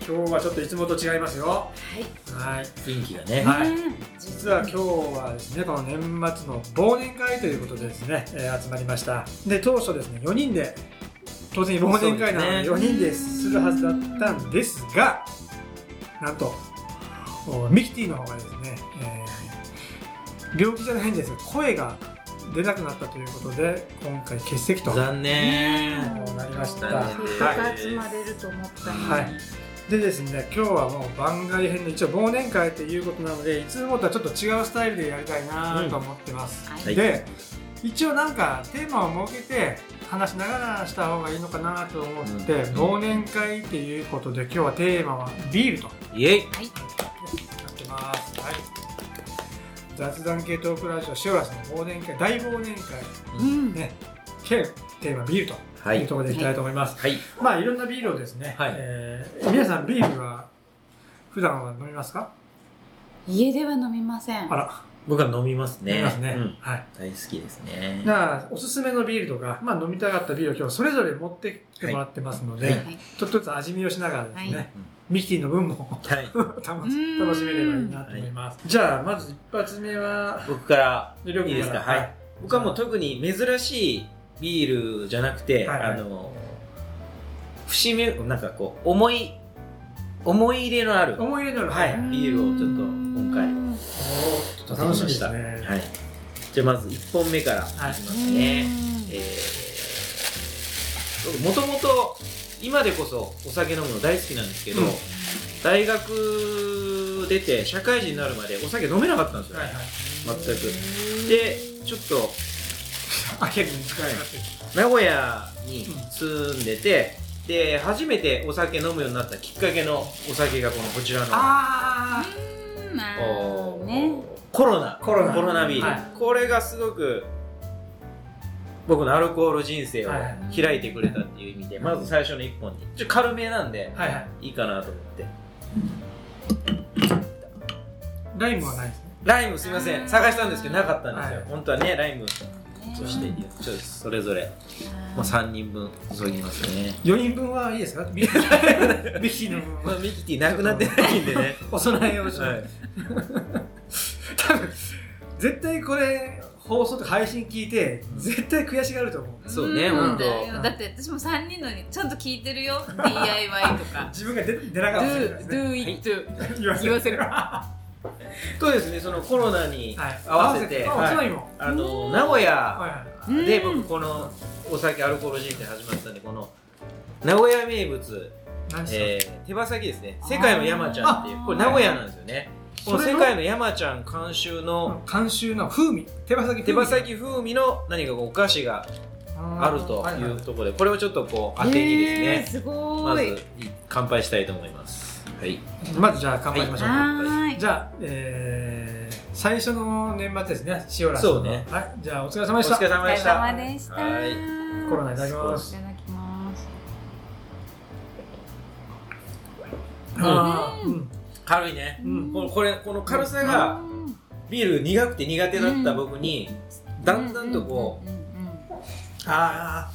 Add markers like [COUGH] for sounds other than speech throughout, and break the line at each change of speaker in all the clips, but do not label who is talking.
日はちょっといつもと違いますよ
い
はい
雰囲気がね、
はい
うん
実は今日はですねこの年末の忘年会ということでですね、えー集まりましたで当初ですね4人で当然忘年会なので
そ
4人でするはずだったんですがなんとおミキティの方がですね、えー病気じゃないんですが声が出なくなったということで今回欠席と
残念
なりました
残
は
念です
せっかく集まれると思ったのに、
はいでですね今日はもう番外編で一応忘年会ということなのでいつもとはちょっと違うスタイルでやりたいなと思ってます、
はい
はい
で一応なんかテーマを設けて話しながらした方がいいのかなと思って、
うん
忘年会っていうことで今日はテーマはビールとな
イエイ
ってます、はい、雑談系トークラジオシオラスの忘年会大忘年会
うん
ね兼テーマビールと
はいいう
ところでいきたいと思います、
はい
まあいろんなビールをですね、
はい
えー皆さんビールは普段は飲みますか
家では飲みません
あら、
僕は飲みますね
飲みますね、
うん
はい
大好きですね
だからおすすめのビールとか、まあ、飲みたかったビールを今日それぞれ持ってきてもらってますので、
はい
はい
ちょっとずつ味見をしながらですね、
はい
うん
ミキティの分も
はい
楽し楽しめればいいなと思います、じゃあまず一発目は
僕から
りょうくん
いいですか
ら
はい僕はもう特に珍しいビールじゃなくて、
はいはい
あの節目なんかこう思い思い入れのある
思い入れのある
はい
おー
ビールをちょっと今回
うん
ちょっと楽しみですね
はい、じゃあまず1本目からいきますね、もともと今でこそお酒飲むの大好きなんですけど、
うん
大学出て社会人になるまでお酒飲めなかったんですよ、
はいはい
全くでちょっと
開けるのに使い勝手
名古屋に住んでて、で初めてお酒飲むようになったきっかけのお酒がこのこちらの
あ
うんまあ
おー
ね
コロナ
コロナ
ビール、
は
これがすごく僕のアルコール人生を
はい
開いてくれたっていう意味で、まず最初の1本にちょっと軽めなんで
ー、はいはい
いいかなと思って
ライムはないですね
ライムすいません探したんですけどなかったんですよ、
はい
本当はねライムそして
ね
ちょっとそれぞれ、まあ、3人分注ぎますね
4人分はいいですかミキティミキティの分
ま
は
あミキティなくなってないん
[LAUGHS]
でね
お供えをし
はい
多分絶対これ放送とか配信聞いて絶対悔しがると思う
そうね、
ん
本当。
だよだって私も3人のにちゃんと聞いてるよ DIY とか
自分が出出なかったです
Do,
[LAUGHS]
ね
do it
言わ
言わせ
[LAUGHS]
る
は
そうですね、そのコロナに
い
合わせて、
あ
はい
おつまみも
あの名古屋
はいはい
で
うん
僕このお酒アルコール人生始まったんでこの名古屋名物、
何ですか
えー手羽先ですね。世界の山ちゃんっていう
あ
これ名古屋なんですよね。この
それ
世
の
界の山ちゃん監修の
監修の風味手羽先
手羽先風味の何かこうお菓子があるというところでこれをちょっとこう当てに
え
で
ー
すね。
すご
まず
ーい
乾杯したいと思います。はい。
まずじゃあ乾杯しましょう、
は
はーい
じゃあ、えー、最初の年末ですね塩ラス
そうね
はいじゃあお疲れ様
お
でした
疲れ
お
様
疲
で
れ
した。
様でした
はい
コロナいただきま
い
す
ただきます
あー
う
うん
軽いね。
うん
このこれこの軽さが、
うん
ビール苦くて苦手だった僕に、だんだんとこう、
うんうんうん
ああ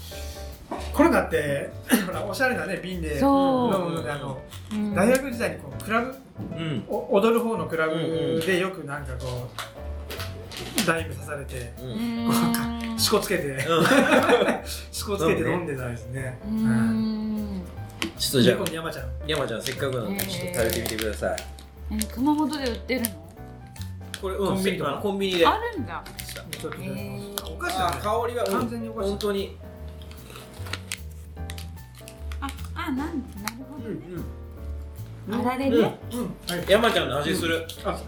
コロナって [CLEARS THROAT] ほらおしゃれなね瓶で飲む
そう
のであの
うん
大学時代にこうクラブ
うん
お踊る方のクラ
うんう
ブ
ん
でよくなんかこうダイブ刺されて
うん
う
しこつけて
うん
しこつけて飲んでたんですね
ーん
ちょっとじゃあ
猫の山ちゃん
山ちゃんせっかくなんでちょっと食べてみてください、
え熊本で売ってるの
これ
コ
うん
ンビニとか
コンビニで
あるんだ
ちょっと
えー
お
あ
菓子だね
香りが
完全にお菓子
本当に
ああなんなるほど、
うん
あられね、
うんはい
山ちゃんの味する、
あ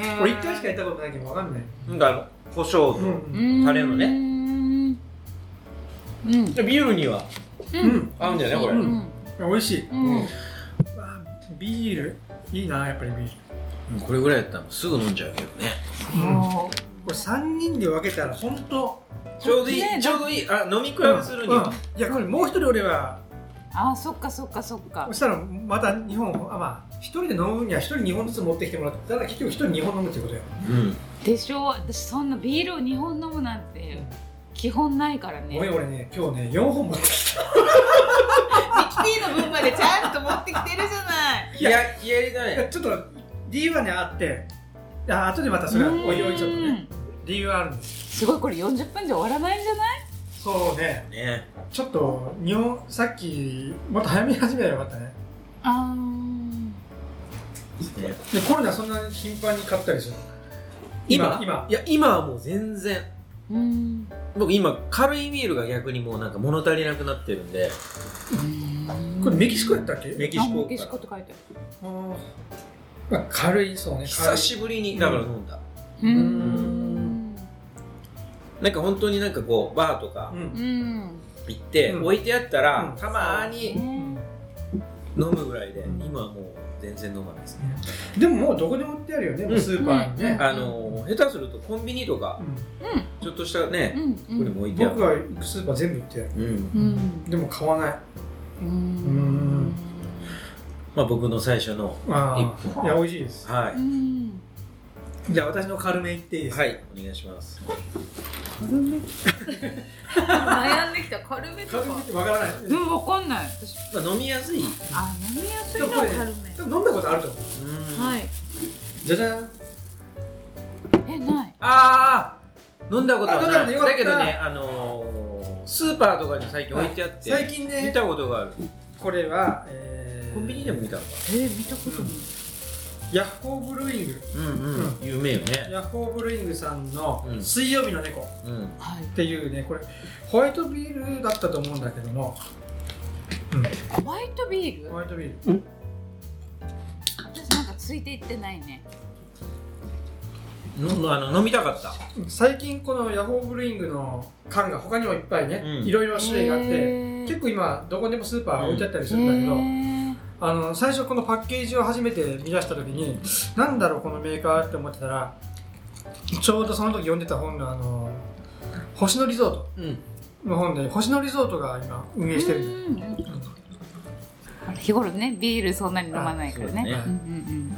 へー
俺一回しか行ったことないけどわかんない
なんか胡椒と、
うん
うん
タレのね
うんうん
でビールには
うん
合うんじゃないこれ、
うん
美味しい
うん
う
あ
ん
ービールいいなやっぱりビール
うんこれぐらいだったらすぐ飲んじゃうけどね
も
これ三人で分けたら本当
ちょうどいい、
ね
ちょうどいいあ飲み比べするに
うんうん
は、
いやこれもう一人俺は
うあそっかそっかそっか
そしたらまた日本あまあ一人で飲むには一人日本ずつ持ってきてもらってただ結局一人日本飲むってことよ
うん
でしょ私そんなビールを2本飲むなんて基本ないからね
ごめん俺ね今日ね四本持ってき
ミキティの分までちゃんと持ってきてるじゃない
いや、いや、
[LAUGHS]
だね。
ちょっと理由はねあってあ後でまたそれはおいおいちょっとね
うん
理由はあるんです
すごいこれ40分じゃ終わらないんじゃない
そうね
ね。
ちょっと日本さっきもっと早めに始めればよかったね
あ
ね
でコロナそんなに頻繁に買ったりする
今
今
いや、今はもう全然。
うん
僕今、軽いビールが逆にもうなんか物足りなくなってるんで、
これメキシコやったっけ
メキ
あ
シコ
メ
か
キシ
ら
コって書いてあ
あーまあ軽いそうね軽
久
い
しぶりに、だから飲んだ。
る
うん
うん
なんか本当になんかこう、バーとか
うん
うん
行って、
うん
置いてあった
う
ら
ん、
たまに
うん
飲むぐらいで、
うん
今はもう全然飲まないですね。
でももうどこでも売ってあるよね、もうスーパーにね、
あのー、下手するとコンビニとか、ちょっとした
う
ね、
ん
これも置
う
い
ん
てある。
僕が行くスーパー全部行ってある
うん
うんうん
でも買わない
うん
まあ僕の最初の
あ
一
あ
本
いや美味しいです
は
うん
じゃあ私の軽めいっていい
い
です
はいお願いします
軽め悩んできた軽めと
軽め
か
ってわからないで
うんわかんない私
まあ飲みやすい
あ飲みやすいのは軽め
も飲んだことあると思う
はいい
じゃじゃん
えない
ああ飲んだことは
あ飲んだこ
な
と
い
よかった
だけどねあのースーパーとかに最近置いてあって
最近
見
ね
たことがある
これは、えー
コンビニでも見たのか
えー見たことない
ヤッホーブルーイング
うん
うん
有名よね
ヤッホーブルーイングさんの
う
「
ん
水曜日の猫」っ
うん
はい
ていうねこれホワイトビールだったと思うんだけども、う
ホワイトビー
ん、
ル
ホワイトビール
私なんかついていってないね
飲んあの飲みたかった
最近このヤホーブルーイングの缶が他にもいっぱいね、
うん
いろいろ種類があって結
構
構今どこでもスーパー置いてあったりするんだけど、あの最初このパッケージを初めて見出した時になんだろうこのメーカーって思ってたらちょうどその時読んでた本があの星野リゾート
うん
の本で星野リゾートが今運営してるんだよ
日頃ねビールそんなに飲まないからね
あそうだね
うんうんうん、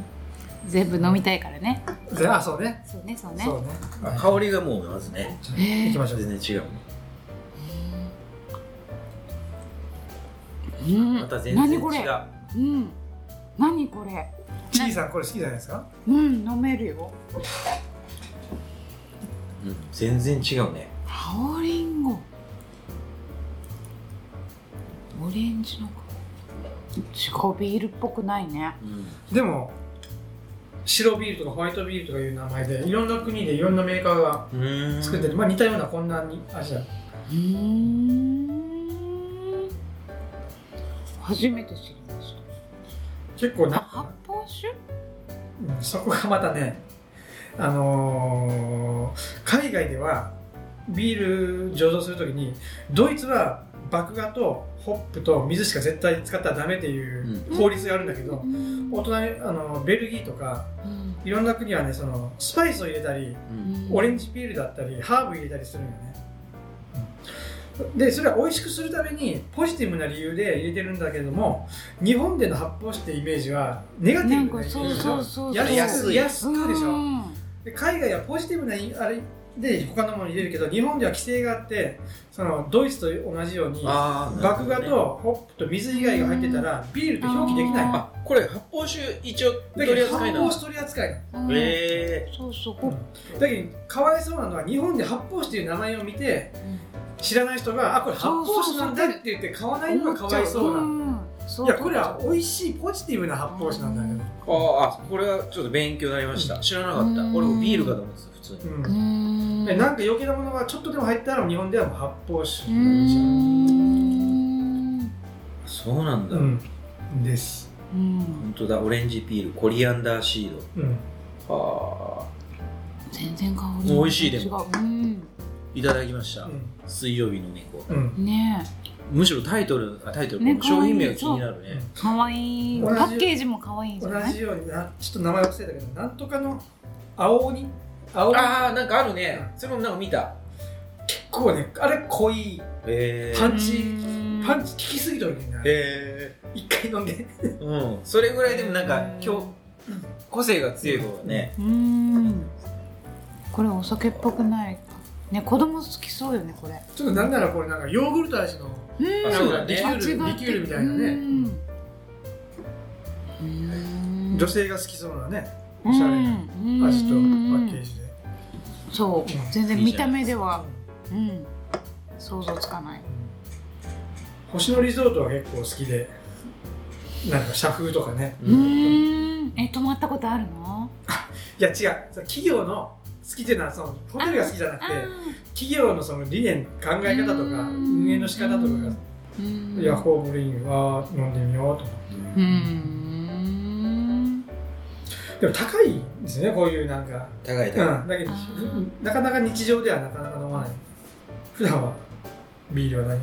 全部飲みたいからね
であそうね
そうねそうね
そうねはい
香りがもうまずね
じゃあ
へー
行きましょう
全然違う
うん
また全然違
何
う
これうん何これ
チーさんこれ好きじゃないですか
うん飲めるよ
うん全然違うね
青りんごオレンジの香り違うビールっぽくないね
うん
でも白ビールとかホワイトビールとかいう名前でいろんな国でいろんなメーカーが
うん
作ってる、まあ似たようなこんなに味だ
うーん初めて知りました
結構
あ
な
発泡酒
うんそこがまたね、あのー海外ではビール醸造するときにドイツは麦芽とホップと水しか絶対使ったらダメっていう
うん
法律があるんだけど、
うん
お隣あのベルギーとかいろんな国はねそのスパイスを入れたり
うん
オレンジピールだったりハーブ入れたりするんよね、うんでそれは美味しくするためにポジティブな理由で入れてるんだけども日本での発泡酒ってイメージはネガテ
な
ィ
ん
ブな
か
イメ
そう
ージ
そうそう
安い
安い
安くでし
う
ょ
ん
で海外はポジティブなあれで他のもの入れるけど日本では規制があってそのドイツと同じように
あーな
麦
るほどね
芽とホップと水以外が入ってたらビールと表記できない
あ
だ
あこれ発泡酒一応
け
取り
ど
扱
発
いなの
泡酒取り扱いなの
うん
え
そうそう
うんだけどかわいそうなのは日本で発泡酒という名前を見て知らない人があこれ発泡酒なんだって言って買わないのがかわいそうな
ない
やこれは美味しいポジティブな発泡酒なんだけど
ー、あーあこれはちょっと勉強になりました、
うん
知らなかった
うん
これビールかと思ってた普通
う
に
うんん
でなんか余計なものがちょっとでも入ったら日本ではもう発泡酒
う
になっちゃうん
そうなんだ、
うんです
うん
本当だオレンジピールコリアンダーシ
う
ー
ん
ドあ
全然香り
美味しいでも
も違ううん
いただきました、
う
水曜日の猫
んうん
ね
むしろタイトルあタイトル、
ね
商品名が気になる
う
ね
ん
えかわいいパ
同じ
ッケージもかわいいじ
同
ゃない
じようになちょっと名前忘れたけどなんとかの青鬼青鬼
ああなんかあるねそれもなんか見た
結構ねあれ濃い
え
パ
ー、
ンチ
うん
パンチ効きすぎとるねんな
え
一回飲んで
ー、うんそれぐらいでもなんか今日個性が強い方がね、
うんこれお酒っぽくないね子供好きそうよねこれ
ちょっとなんならこれなんかヨーグルト味の
うん
あそうだね
リキュールリキュールみたいな
う
ね
んうん
女性が好きそうなねおしゃれな
な
味とパッケージで
そう
うん
全然見た目では
うん
うん想像つかない
星野リゾートは結構好きでなんか社風とかね
うーんえ泊まったことあるの
いや違うその企業の好きっていうのはそのホテルが好きじゃなくて企業のその理念考え方とか
うん
運営の仕方とかが
うん
いやホームリンは飲んでみようと思って、
うん
でも高いんですねこういうなんか、
高い高い、
うん、だけど
あー
なかなか日常ではなかなか飲まない普段はビールは何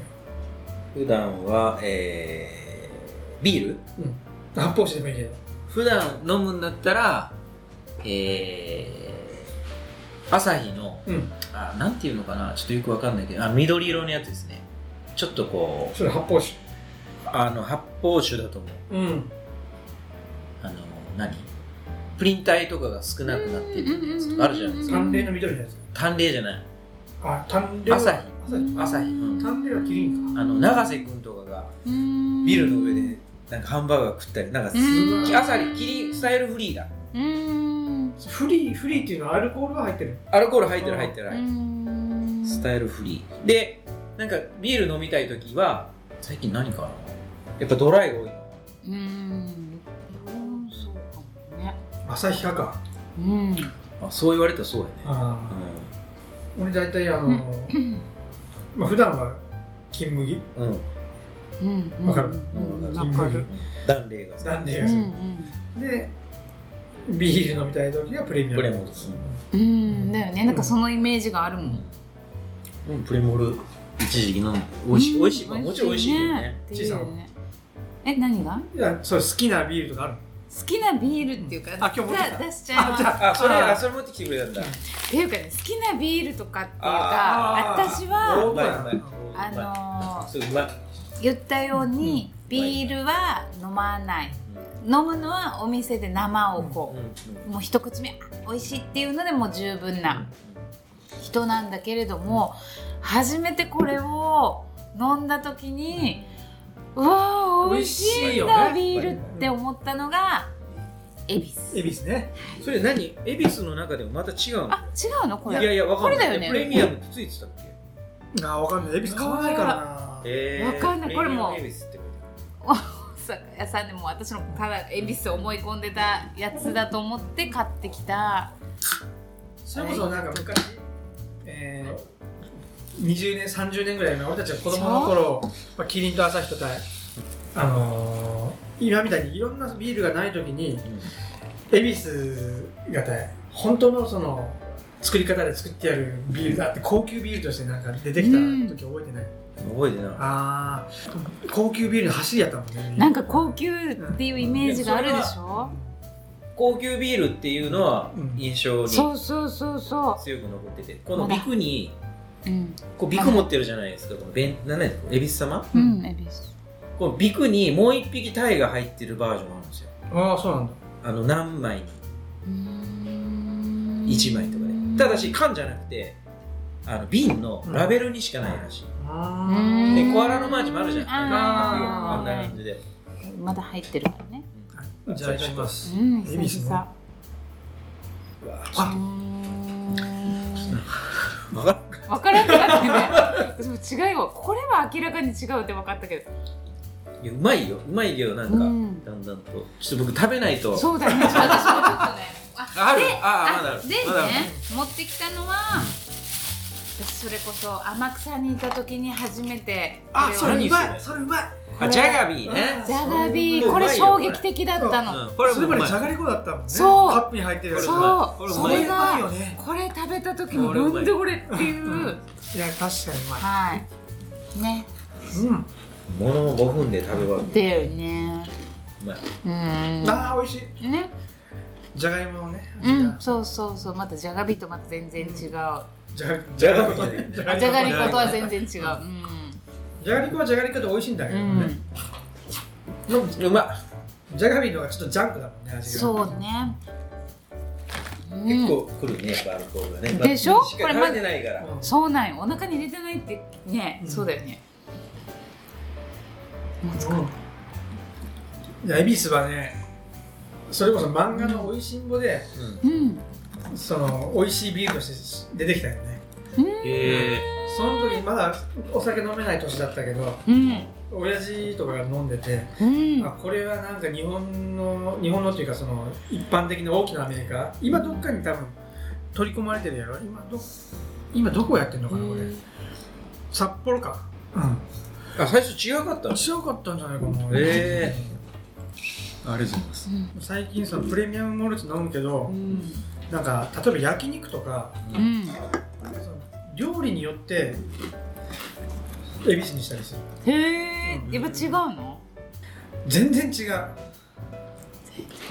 普段は、えー、ビール
発泡酒でもいいけど
普段飲むんだったらえー、アサヒの
うん
あなんていうのかなちょっとよくわかんないけどあ緑色のやつですねちょっとこう
それ発泡酒
あの発泡酒だと思う
うん
あの何プリン体とかが少なくなってるやつとかあるじゃないですか
淡麗の緑のやつ
淡麗じゃない
あ淡麗
アサヒ
朝日
アサヒ、うん
淡麗はキリンか
あの永瀬君とかがビルの上でなんかハンバーガー食ったりなんかす
うん
ごいアサリキリンスタイルフリーだ
うん
フリーフリーっていうのはアルコールが入ってる
アルコール入ってる入ってる
う
入って
ん
るスタイルフリーでなんかビール飲みたい時は最近何かなやっぱドライが多いな
うんそうかもね
朝日派か
うん
あそう言われたらそうやね、
ああ俺大体あの、
うん
[CLEARS THROAT] まあ普段は金麦
うんうん
うん
わかる
うん
わ
わ
か
か
る
る
断麗が
なんで
うんうん
でビール飲みたい時はプレミアム
プレモルです
うんだよねなんかそのイメージがあるもん
うんプレモル一時期飲んで美味しい美味しいまあもちろん美味しいけどね
美味しいよねえ何が
いやそう好きなビールとかある
好きなビールっていうか
あ今日持ってきた
出しちゃいますっ
あそれ
あー
あそれ持ってきてくれたんだ
ていうかね好きなビールとかっていう
あ
か
ー
私は
うまいうまい
あのー
そううまい
言ったようにビールは飲まない飲むのはお店で生をこうもう一口目あ美味しいっていうのでもう十分な人なんだけれども初めてこれを飲んだ時にうわー美味しいん
美
だ
味しい
ビ
よね
ールって思ったのが恵比寿
恵比寿ね
それ何恵比寿の中でもまた違うの
あ違うのこれ
いやいやわかん
これ
な
だ
い
よね
プレミアムってついてたっけ
ああわかんない恵比寿買わないからな
え
わかんないこれも
プレミアム恵比寿って書いてあ
大阪屋さんでも私のただ恵比寿を思い込んでたやつだと思って買ってきた
それこそなんか昔、えー、20年30年ぐらい前俺たちが子供の頃、まあ、キリンと朝日と対あのー、今みたいにいろんなビールがない時に
る
恵比寿が対本当のその作り方で作ってやるビールだって高級ビールとしてなんか出てきた時覚えてない、
覚えてない
ああ高級ビールの走りやったもんね
なんか高級っていうイメージがあるでしょ
高級ビールっていうのは
うん
印象に強
そうそうそうそ
く残っててこのビクに
ううん
こうビク持ってるじゃないですかこのベン何ですか恵比寿様
うん恵比寿
このビクにもう一匹タイが入ってるバージョンがあるんですよ
ああそうなんだ
あの何枚に
うーん
1枚とかでただし缶じゃなくてあの瓶のラベルにしかないらしい、
う
あ
ーん
でコアラのマーチもあるじゃんあ
あー
んな感じで
まだ入ってるからね
ーじゃあいただきます
うん
恵比寿
久
の
々
うわ
うー
あ
ん
わか
分からんくなってねでも違いはこれは明らかに違うって分かったけ
らんいやうまいようまいけどなん
ど
か、
うん
だんだんとちょっと僕食べないと
そうだね私もちょっとねあ
ある
で
あーまだあ
あ
る
でね
まだある
持ってきたのは私それこそ天草にいた時に初めて
あ
こ
そ
を
れう
何
まいそれうまい
あジャガビーね
ジャガビ
う
ー
ま
こ
いよ
れ衝撃的だったの
うん
こ
こ
れ
れ
それま
もう
で
まい
じゃがりこだったもんね
そう
カップに入ってるやつ
うま
そ
こ
う
れう
そ
まい
れ
れ
うまい
が
よね
これ食べた時
こ
に
れう
な
まい
んでこれっていう
うんいや確かにうまい
はいね
うん
もの5分で食べ終わる
だよね
うまいう
ー
あー美味しい
んね
じゃがいものね
うんそうそうそうまたじゃがビーとまた全然違う
じゃ
じゃが
りこね
じ
あじゃがり
こ
こととは全然違う
じゃがりこはじゃがりこで美味しいんだけ
う
ど
ん、う
ね
ん、
でも
うま
じゃがりの方がちょっとジャンクだもんね味が
そうねうん
結構くるね、やっぱアルコールがね。
でしょ
これ
これま
までないから。
うん
そうなんよお腹に入れてないってね、
うん
そうだよねもう疲れ
いや
た
恵比寿はねそれこそ漫画の「おいしんぼで」
うん
うん
その美味しいビールとして出てきたよね
え
その時まだお酒飲めない年だったけど
うん
親父とかが飲んでて、
うん
あこれはなんか日本の日本のというかその一般的な大きなアメリカ今どっかに多分取り込まれてるやろ今ど今どこやってんのかなこれ札幌かうん
ーあ、最初違かったの
強かったんじゃないかな
え
ありがとうございます。
最近そのプレミアムモルツ飲むけど、
うん
なんか例えば焼肉とか
うん
その料理によって恵比寿にしたりする
へえやっぱ違うの
全然違う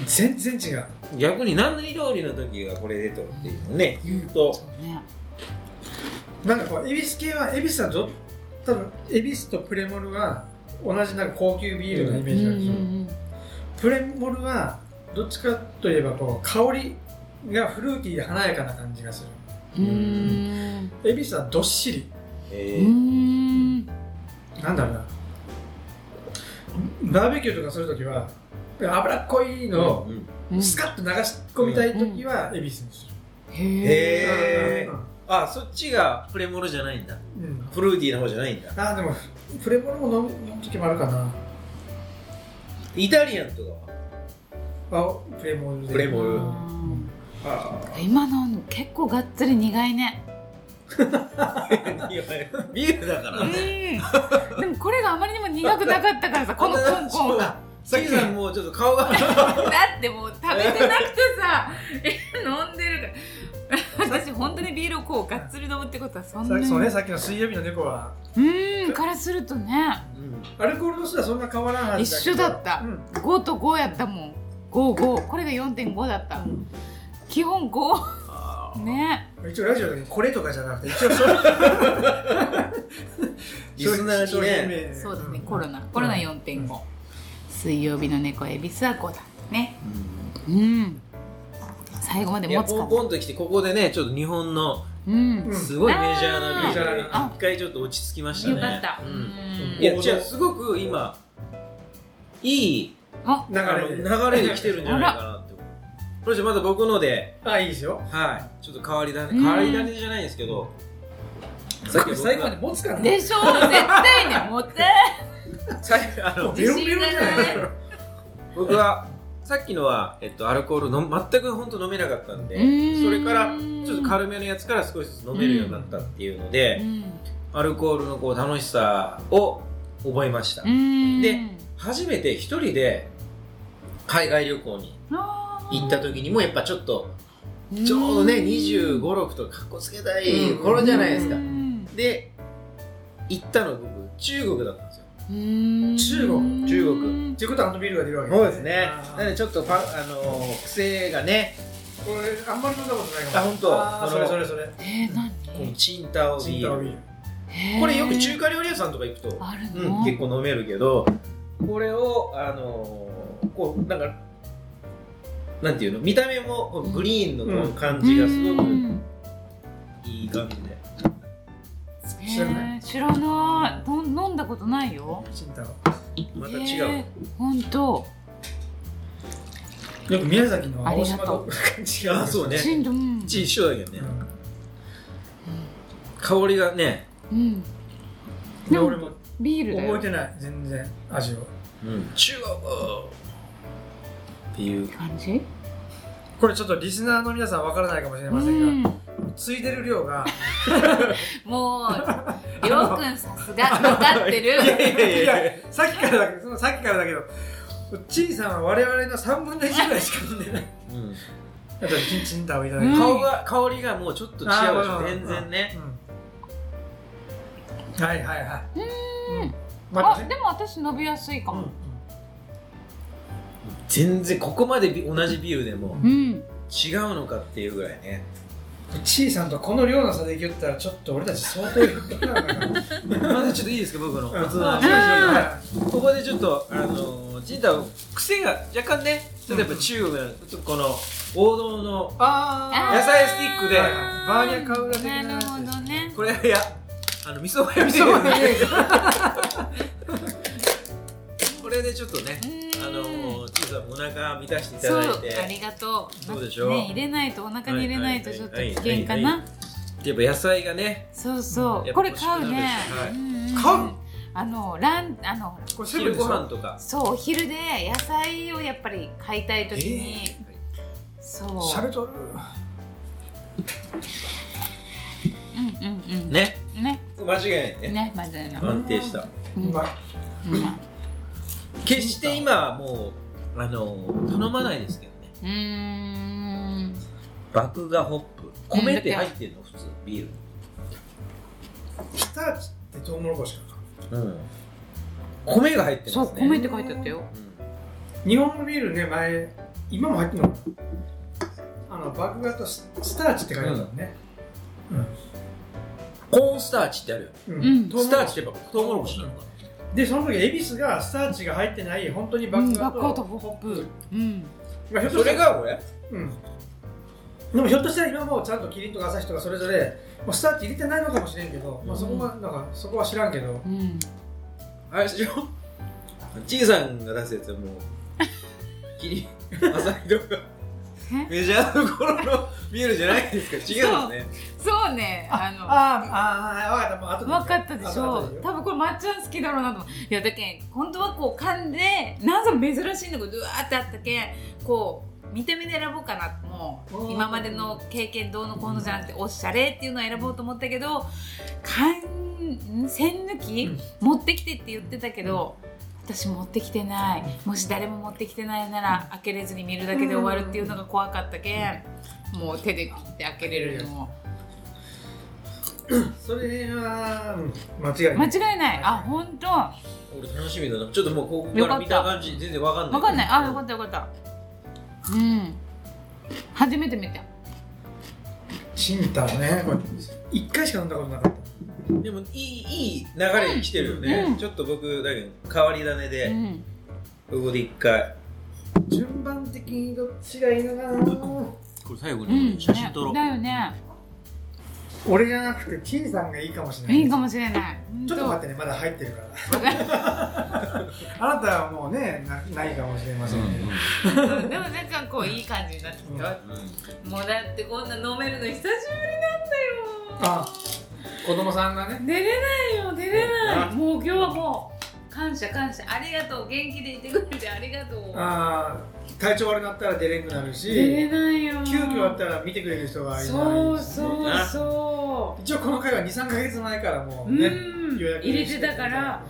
全然違う
逆に何料理の時がこれでとっていうのね、言うと。
ね
なんかこう恵比寿系は恵比寿はど多分恵比寿とプレモルは同じなんか高級ビールのイメージがあるでしょ、プレモルはどっちかといえばこう香りがフルーティーで華やかな感じがす
うんうん
る恵比寿はどっしり
う
えー
ん
なんだろうなバーベキューとかするときは脂っこいのを
うん
うん
スカッと流し込みたいときは恵比寿にす
へえ
る、
へえ
うん。
あ、そっちがプレモルじゃないんだ。
うんうん
フルーティーの方じゃないんだ。
あーでもプレモルも飲む飲む時もあるかな
イタリアンとかは
あプレモルで
プレモル
うん
あ
今の結構がっつり苦いね
あ。ビールだからね。
うんでもこれがあまりにも苦くなかったからさこのコンコンが
さっきさんもうちょっと顔が。
だってもう食べてなくてさえ飲んでるから私本当にビールをこうがっつり飲むってことはそんな
さ
に
そうね
う
さっきの水曜日の猫は
ーんからするとね
アルコール度数はそんな変わらんはずだけど
一緒だった
うん
5と5やったもん55これが4.5だった、基本5ね
一応ラジオでこれとかじゃなくて一応そう
[LAUGHS] リスナーにね。
ね
そうですねコロナコロナ4.5、水曜日の猫恵比寿は5だったねうん最後まで
い
持
や、
つか
ポン
ら
ポンと来て、ここでね、ちょっと日本の
うん
うん
すごいメジャーなビールに
あ
一回ちょっと落ち着きましたね。
よかった、
うん
うん
いや、じゃあすごく今、いい
あ
流
あの
れで
流れで来てるんじゃないかなって思う。これじゃあまた僕ので、
あいいですよ
はい、ちょっと変わり種、
うん
変わり種じゃないですけど、さっき僕が
最後まで持つからね
でしょ絶対ね持って
最後あの
ベロベロじゃない
自信が
僕はさっきのは、えっと、アルコールの全く本当飲めなかったんで
うん
それからちょっと軽めのやつから少しずつ飲めるようになったっていうので、アルコールのこう楽しさを覚えました、
うん
で初めて一人で海外旅行に行った時にもやっぱちょっとちょうどね2 5 6とかかっこつけたい頃じゃないですか、
うん
で行ったの僕中国だったんですよ
うん
中国
中国
っていうことはあのビールが出るわけ
そうですね
あー
なのでちょっとパあのー癖がね
これあんまり飲んだことないか
あ
も
本当
あーそ
この
れそれそれ
えー、何
このチンタオビ
チン
ー
タオ
ル
ビール
これよく中
華
華料理屋さんとか行くと、
ある
う
の、
ん、結構飲めるけどこれをあのーこうなんかなんていうの見た目もこのグリーンのこの感じがすごく
うん
いい感じで、
知らない
えー知らないどん飲んだことないよ
チンタ
また違
え
う、
ー、ほんと
オよく宮崎の青島と違
あそうね
チンドン
うち一緒だけどね、
うん
香りがね、
うん
で俺も
ビールだよ
覚えてない全然味を
中国っていう
感じ
これちょっとリスナーの皆さんわからないかもしれませんが、
うん
ついでる量
[LAUGHS]
が
もう、りょうくんさすが分かってる。
いやさっきからだけどそのさっきからだけどちいさんは我々の3分の1ぐらいしか飲んでない
うん
あとチンチンタをいただ
う
い
ん
て、
顔が香りがもうちょっと違うでし
あ
ょ
ー
全然ね
うんはいはいはい
うん
ま
あ
た、ね
でも私伸びやすいか
うん
も。
全然ここまでビ同じビールでも
うん。
違うのかっていうぐらいね
ちいさんとこの量の差で言ったらちょっと俺たち相当いるな
まずちょっといいですか僕の
うん
普通の
うん
ここでちょっとあのージンタロウ癖が若干ね例えば中国のちょっとこの王道の
あ
野菜スティックで
バーニャカウダ的な
な
やつ
るほどね
これいやあの味噌がや
ー
み
そうね
これでちょっとね
うん
あのちいさんお腹満たしていた
そ
だいうて
ありがとう
そうでしょ
ね入れないとお腹に入れないと
はい
ちょっと
はいはい
危険か
はいはい
な
やっぱ野菜がね
そうそ
や
う
っぱ
これ買うね
はい
うんうん
買う
あのランあの
これセブン
昼
でし
ご
ょ
飯とか
そうお昼で野菜をやっぱり買いたい時にそう
しゃべとる
うんうんうん
ね
ね
間違いないね
ねまずいの
安定した
う
うんまい
決して今はもうあの頼まないですけどね
うーん
麦芽ホップ米って入ってるの普通ビール
ピタッチってトウモロコシかな
うん米が入ってます
そ
ね
う米って書いてあったよ
うん
日本のビールね前今も入ってんのかなあの麦芽とススターチって書いてあるのね、
コーンスターチってあるよね
うん
うん
トウモロコシ
スターチってやっぱトウモロコシなのかな
でその時恵比寿がスターチが入ってない本当に
う
麦
ん
芽
学校と
と
ホップうん
まあひょっと
そ
した
れ
ら
が俺
うんでもひょっとしたら今もちゃんとキリンとか旭とかそれぞれもうスターチ入れてないのかもしれんけど、まあ、そこはなんかそこは知らんけど
うん
あれでしょちいさんが出すやつはもうキリン浅井とか
え
メジャーどころのビールじゃないですか違うんですね
そうねあの
あーあーあー分かったもう後
分か
で
ったでし
後
ょ
で
多分これまっちゃん好きだろうなと思ういやだけん本当はこう噛んでなぜ珍しいのがうわーってあったけんこう見た目で選ぼうかなも
お
う
ー
今までの経験どうのこうのじゃなくておしゃれっていうのを選ぼうと思ったけどん栓抜き、
うん
持ってきてって言ってたけど、私持ってきてないもし誰も持ってきてないなら開けれずに見るだけで終わるっていうのが怖かったけん、もう手で切って開けれるのも
それは、うん間違いな
間
い
違いないあ本当。
俺楽しみだなちょっともうここから見た感じ全然わかんない
わかんない。あ、よかったよかった。うん。初めて見た。
チンタねこれ一回しか飲んだことなかった
でもいいいい流れに来てるよね、
うん
ちょっと僕だけど変わり種
う
で、
ん。
ここで一回
順番的にどっちがいいのかな
これ最後
うん。ねだよね。
俺じゃなくてチンさんがいいかもしれない
いいかもしれない。
ちょっと待っ
って
ねまだ入ってるから
[LAUGHS]
[LAUGHS] あなたはもうねなないかもしれませんけど、
て。でもなんかこういい感じになってきたわ。もうだってこんな飲めるの久しぶりなんだよ。
あ子供さんがね
寝れないよ、寝れない。もう今日はもう感謝感謝。ありがとう。元気でいてくれてありがとう。
あー体調悪くなったら出れなくなるし
寝れないよ。
急遽あったら見てくれる人がいない
そうそうそう。
一応この回は23か月前からも
う
うね、
ん。
予約
入れてたから。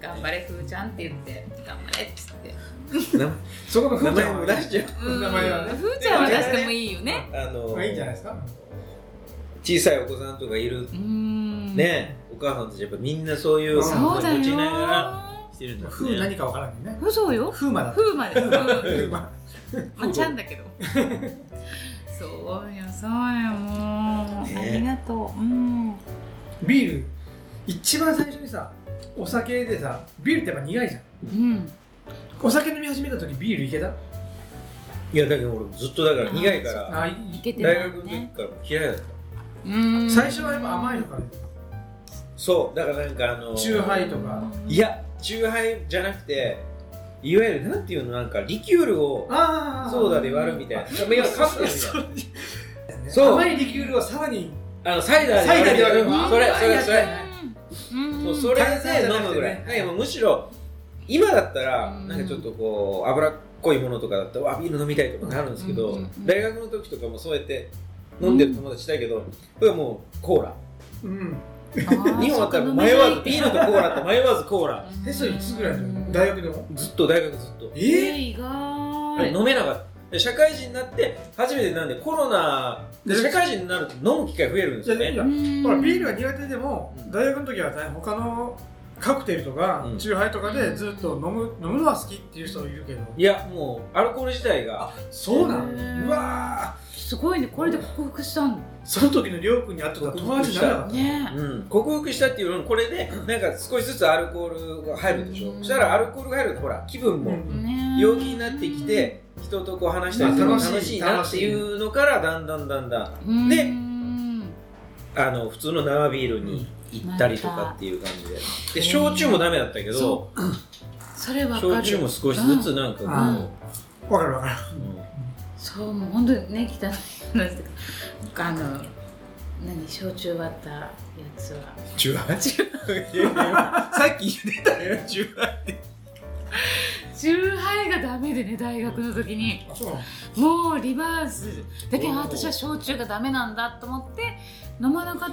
頑張れふーちゃんって言って頑張れっつって
そこのふ
名
ーち
前
ゃん
も
は
出しちゃう
うん名前はね
ふーちゃんは出してもいいよね
あの
まあいいんじゃないですか
小さいお子さんとかいる
うーん
ね、お母さんたちやっぱみんなそういう
そう
そうだ
持ちながら
よ
してるんだ
ふー
ね
何かわからんけどね
嘘よ
ふーまだ
ふーま
[LAUGHS]
でふー
ふーま
まちゃんだけどそうよそうよもう、
ね
ありがとううん
ビール一番最初にさお酒でさビールってやっぱ苦いじゃん
うん
お酒飲み始めた時ビールいけた
いやだけど俺ずっとだから苦いから
あい
いけて
大
ない
学の時
ね
から嫌いだった
うーん
最初はやっぱ甘いのかね
そうだからなんかあの
チューハイとか
いやチューハイじゃなくていわゆるなんていうのなんかリキュールを
あ
ソーダで割るみたいなまあ要はカップルみたいな
そう
そう
甘いリキュールをさらに
あのサイダーで
サイダーで割る
うんそれそれそれ
うんうん
そうそれで飲むぐらい、はい、もうむしろ今だったら
うん
なんかちょっとこう脂っこいものとかだったらわビール飲みたいとかなるんですけど、
うんうんうん
大学の時とかもそうやって飲んでる友達だけど、これはもうコーラ
うん
日本だったら迷わずビールとコーラって [LAUGHS] 迷わずコーラ
えそれいつぐらいなの
だ
大
よ
学でも
ずっと大学ずっと
え
え意外
飲めなかったで社会人になって初めてなんでコロナで社会人になると飲む機会増えるんですよね
いや
うん
ほらビールが苦手でも
うん
大学の時はね他のカクテルとか
うん
チューハイとかでずっと飲む飲むのは好きっていう人いるけど
いやもうアルコール自体が
そうな
へ
の
ー
うわ
すごいねこれで克服したん
ーその時のりょうくんに会ってたら友達にならなか
だ
った
ね
うん、克服したっていうのもこれでなんか少しずつアルコールが入るでしょ、
うん
そしたらアルコールが入るとほら気分
う
も
ん
ね
陽気になってきて人とこう話したりするのが楽しいなっていうのからだんだんだんだんで
うん
あの普通の生ビールに行ったりとかっていう感じでで焼酎もダメだったけど
それわかる
焼酎も少しずつなんかこ
う
う、
んわかるわかる。
うん
そうもう本当にね汚い話だけどあの何焼酎割ったやつは
十八。
さっき言ってたよ10倍
酎ハイがダメでね大学の時に
あ、そうなの
もうリバースだけど
おー
私は焼酎がダメなんだと思って飲まなかっ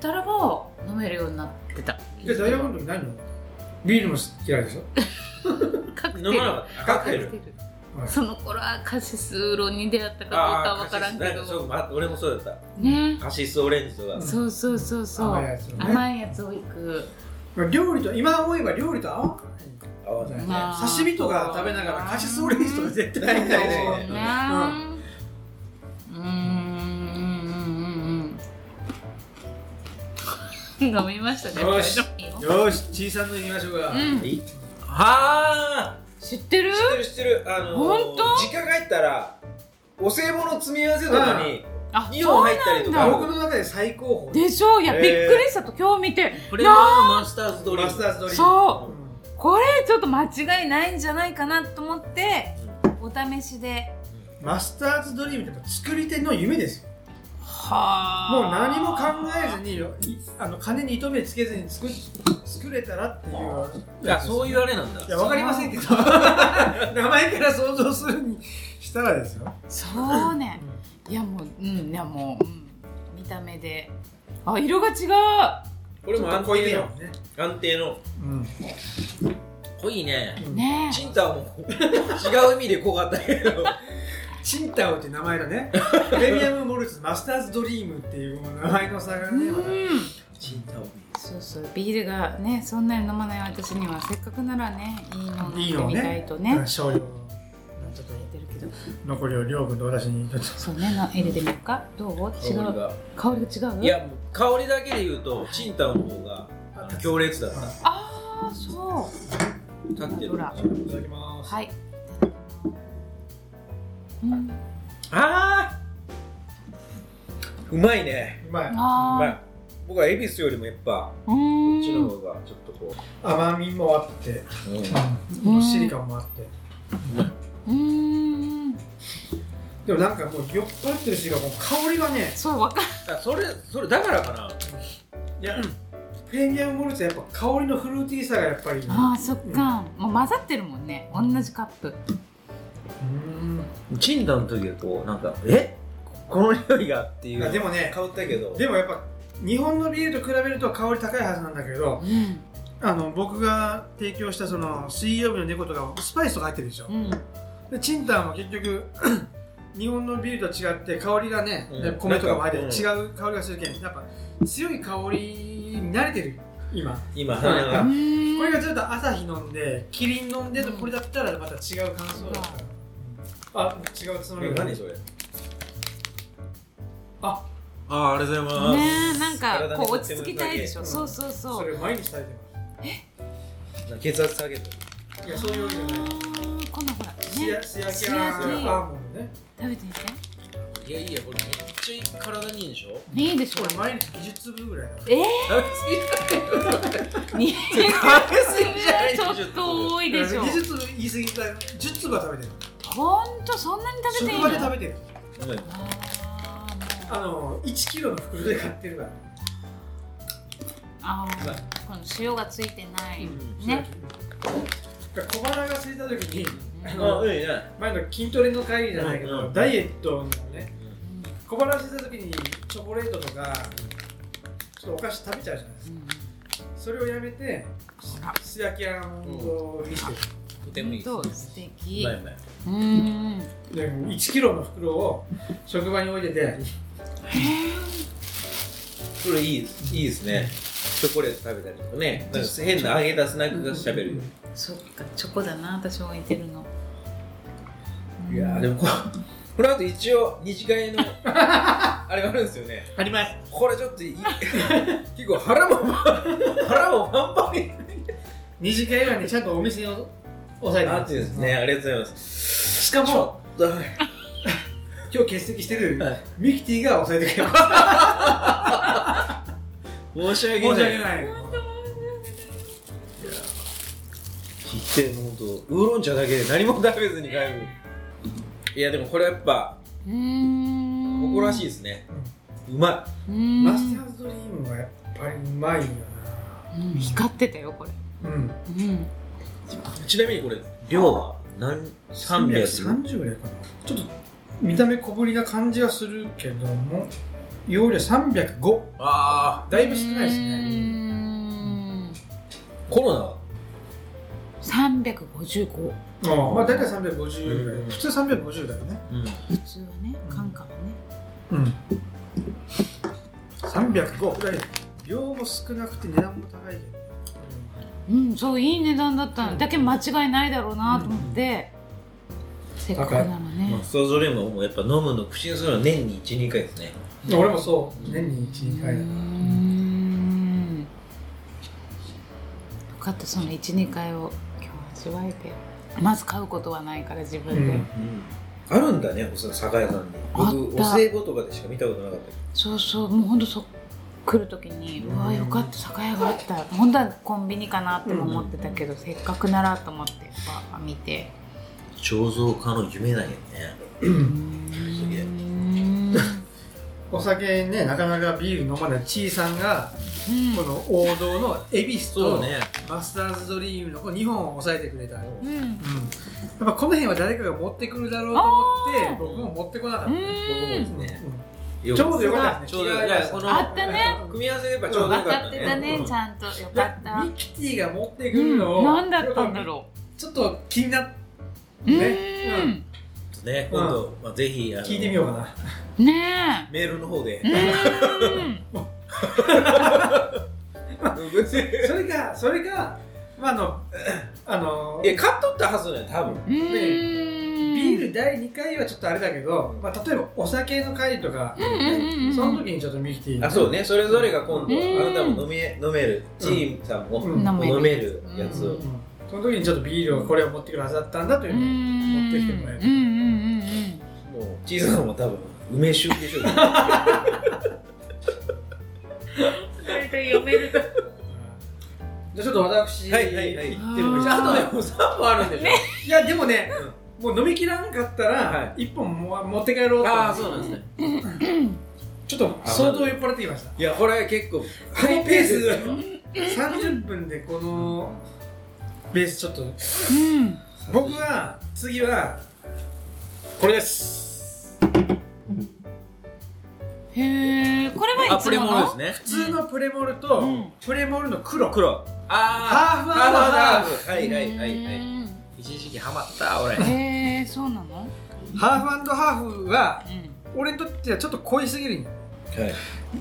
たらば飲めるようになってた
で、大学の時何飲んだビールも嫌いでしょ
カクテル
飲まなかったカクテル
はい
その頃はカシスウーロンに出会ったかどうかは分からんけ
あーカシスなんかそ
ど
うま俺もそうだっ
ね
たカシスオレンジとか、
そうそうそうそう
甘いやつをね
甘いやつをいく
まあ料理と、今思えば料理と合わんからね。
合わないね、
まあ
刺身とか食べながらカシスオレンジとか絶対
うん
みたい
そう
な
ね
い
ねうんうんうんうんうん飲みましたね
よし
これ飲みよ
よーし、小さんのいきましょうか。
うん
いはあ
知ってる
知ってる知ってるあのー
ほんと
実家帰ったらお歳暮の積み合わせとかに
あ
2本入ったりとか
そうなんだ
僕の中で最高峰。
でしょういや、
えー
びっくりしたと今日見て
プレミアムマスターズドリーム
マスターズドリーム。
そう
うん
これちょっと間違いないんじゃないかなと思ってお試しで
マスターズドリームって作り手の夢ですよ
は
もう何も考えずにいあの金に糸目つけずに作っ作れたらっていう
いやそういうあれなんだ
いやわかりませんけど [LAUGHS] 名前から想像するにしたらですよ
そうねいやもううんいやもう、うん、見た目であ色が違
これも安
濃い
定
めや
の
もんね
安定の
うん
濃いね
うね
チンタも [LAUGHS] 違う意味で濃かったけど
チンタオって名前だねプレミアムモルツマスターズドリームっていう名前の差が
う
ねまた
ん
チンタオ
そうそうビールがねそんなに飲まない私にはせっかくならねいいのを飲んでみたいとね
うん少量ちょっと
言ってるけど
残りを両分と私にちょっと
そうねな入れてみようかどう
香
違
り
う
が
香りが違う
いやもう香りだけで言うとチンタオの方があの強烈だった
ああそ
立って
ほ
る
ら
いただきま
う
す
はいうん
あーうまいね
うまい
ま
あ
あ僕は恵比寿よりもやっぱ
ーう
こっちの
ん
方がちょっとこ
甘みもあって
う、うん
うん
どっしり感もあって
うん
でもなんかもう酔っ払ってるしがもう香りがね
そうわかる
あそれそれだからかない
やプレミアムモルツはやっぱ香りのフルーティーさがやっぱり
ああそっかもう混ざってるもんね同じカップ
うん
チンタオの時はこうなんかえこの匂いがっていう
あでもね
香ったけど
でもやっぱ日本のビールと比べると香り高いはずなんだけど
うん
あの僕が提供したその水曜日の猫とかスパイスとか入ってるでしょ
うん
でチンタンは結局 [CLEARS THROAT] 日本のビールと違って香りがね、
うん
米とかも入って
なんか
違う香りがするけんやっぱ強い香りに慣れてる今
今
ん
鼻が
これがずっと朝日飲んでキリン飲んでとこれだったらまた違う感想だったあ違うつまみが
何それ
あ
あありがとうござい
ねえなんかこう落ち着きたいでしょそうそう
そ
そう
れ毎日食べて
血圧下げて
ますいやそういうわけじゃない
このほら
素
ね
焼素焼き
素焼き
アーモンドね
食べてみて
いやいやこれめっちゃ体にいいでしょ
いいでしょ
これ毎日20粒ぐらいだ
え
食べ過ぎだよ
ー、にちょっと多いでしょ
20粒言い過ぎた10粒は食べてる
ほんとそんなに食べてい
職
いの
場で食べてる
ごめん
あー
あの1キロの袋で買ってるから
あーこの塩がついてない、
うん
ね
小腹が空いた時にあ
あ、
の
うん、いいね。
前の筋トレの会議じゃないけ
うんう
ど
ん
ダイエットのね小腹が空いた時にチョコレートとかちょっとお菓子食べちゃうじゃないですかそれをやめて素焼きアーモンドミス
とて
で
も
も
い
い
い
い
です。う
素敵、
まいうまい。
うーん
で1キロの袋を職場に置いてて
これいいです。いいですね。チョコレート食べたりとかね。なんか変な揚げたスナックがしゃべるよ。
そっかチョコだな私置いてるの
いやーでもここの後一応二次会 [LAUGHS] のあれがあるんですよね。
あります
これちょっとい結構腹も腹もパンパンに
二次会はねちゃんとお店を押さえて
な
ま
ってですね。ありがとうございます。
しかも
ダメ
今日欠席してる
はい
ミキティが抑えてくれま
申し
す
訳な
申
い
し訳ない
切って本当ウーロン茶だけで何も食べずに帰るいやでもこれやっぱ
うーん
誇らしいですねうま
うーん
マスターズドリームはやっぱりうまいよ
うん光ってたよこれ
なうん
うん
いちなみにこれ量は何300
330ぐらいかなちょっと見た目小ぶりな感じはするけども容量305
ああ
だいぶ少ないですね
コロナは
三百五十五。
ああまあ大体350ぐらい、
うん
普通350だよね
うん
普通はね、カンカンはね。
うん305ぐらい量も少なくて値段も高いけど
うん、そういい値段だったのだけど間違いないだろうなと思って。せっかくならね
まあ。ストドリームはもうやっぱ飲むの口にするのは年に12回ですね
俺もそう年に12
うー
回だなん
よかったその一二回を今日味わえて。まず買うことはないから自分で。
うん
あるんだねお酒酒屋さんに僕
あ
お
った
歳暮とかでしか見たことなかったけど
そうそうもう本当そ来る時にうわよかった酒屋があった本当はコンビニかなっても思ってたけど、せっかくならと思ってやっぱ見て
醸造家の夢なんやねすげえ
うーん
お酒ねなかなかビール飲まないちいさんがこの王道の恵比寿
そう
と
ね
マスターズドリームのこの2本を抑えてくれた、うん、や
うんうん
っぱこの辺は誰かが持ってくるだろうと思って僕も持ってこなかった、
う
僕もです
うん
ねち
ちょうどよかったです
ち
ね
ょうどよ
気が合
かっ
いました
この
あったね
組み合わせがやっぱちょう
分
どよか
か
っ
ったてた
ね
ねちゃんとよかった
ミキティが持ってく
う
る
ん
のを、
何だったんだろ
ちょっと気になっ
う
ね
うん
ね
うん
今度まあぜひあの
聞いてみようかな
ね
メールの方で
[LAUGHS]
えうん
それかそれかまああの [CLEARS THROAT] あの
いや買っとったはずだよ多分
うーん
ビール第2回はちょっとあれだけど、まあ、例えばお酒の会とか、
うんうんうんうん
その時にちょっとミキティ
あそうねそれぞれが今度
うん
あなたも飲め飲めるチームさんも
うん
飲める
飲めるやつを
うんその時にちょっとビールをこれを持ってくるはずだったんだといううのを持ってきて
ん
もらえ
うんう
る、
んうん
もうチーズさんも多分梅酒で [LAUGHS] しょうね
それで読める
じゃあちょっと私、
はいはいは
言って
い
るの
あー
じゃああとね
もう3本あるんでしょ
いやでもね、もう飲みきらなかったら、一1本も持って帰ろうと
ああそうなんですね
ちょっと相当酔っ払ってきました
いやこれ結構
ハイペース30分でこのベースちょっと
うん
僕は次はこれです
へえこれはい
あプ
つも
レ
の
モルです
普
ね
通のプレモルと、
うん
プレモルの黒
黒あ
ハーフアンドハーフ
フはいはいはいは
う
い
ん
一時期ハマった俺
へえそうなの
ハーフハーフは
う
俺にとってはちょっと濃いすぎるんよ
はい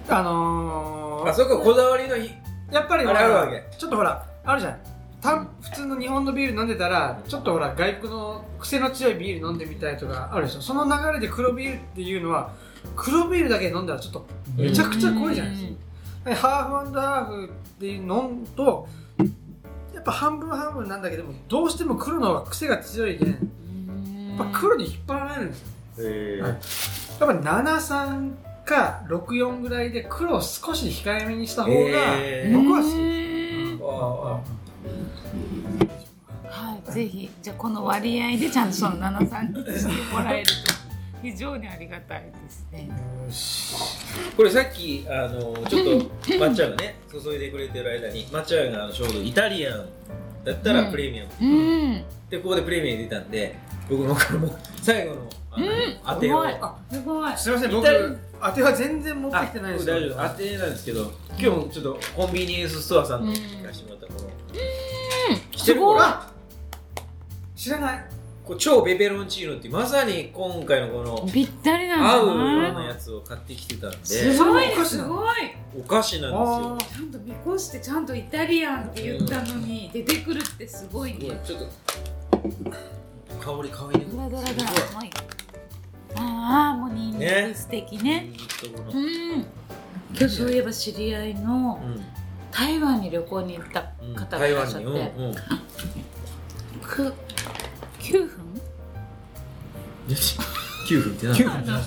あの
あ
ー、
そここだわりの日
やっぱりほら
あれあるわけ
ちょっとほらあるじゃんた普通の日本のビール飲んでたらちょっとほら外国の癖の強いビール飲んでみたいとかあるでしょその流れで黒ビールっていうのは黒ビールだけ飲んだらちょっとめちゃくちゃ濃いじゃないですかでハーフハーフっていうのんとやっぱ半分半分なんだけどもどうしても黒の方が癖が強いけんや
うん
っぱ黒に引っ張られるんですよ
へ
はいやっぱ73か64ぐらいで黒を少し控えめにした方が、
えー
僕は好き
うん
あ
はいぜひじゃあこの割合でちゃんとその七三にしてもらえると非常にありがたいですね
よし
これさっきあのちょっと抹茶がね注いでくれてる間に抹茶があのちょうどイタリアンだった
う
ら
ん
プレミアム
うん
でここでプレミアム出たんで僕のこれも最後のあの当てを
うまいすごい
すいません
イ
僕
タリアン
当ては全然持って
あ
きてないです
大丈夫当てなんですけど今日もちょっとコンビニエンスストアさんの聞かせてもらったこの
知ってる
すご
こ
い
れあ知らない
こう超ペペロンチーノっていうまさに今回のこの
ぴったり
合う
なん
よ
だ
う
な
なやつを買ってきてたんです
すごい
お菓子
す
なの
ごい
お菓子なん
あ
で
ちゃんと見越してちゃんとイタリアンって言ったのに出てくるってすごい
すよ
ね。
ちょっと香り香り
ド
に
ラドラド
す
ラ
ごい。
もういいああもうニンニク素敵ね。
ずっとこの
うん。今日そういえば知り合いの
う
台湾に旅行に行った
んうん
方がいらっしゃって、 [LAUGHS]
台湾にうんうん
く9分
9分ってな
9
あの、キュ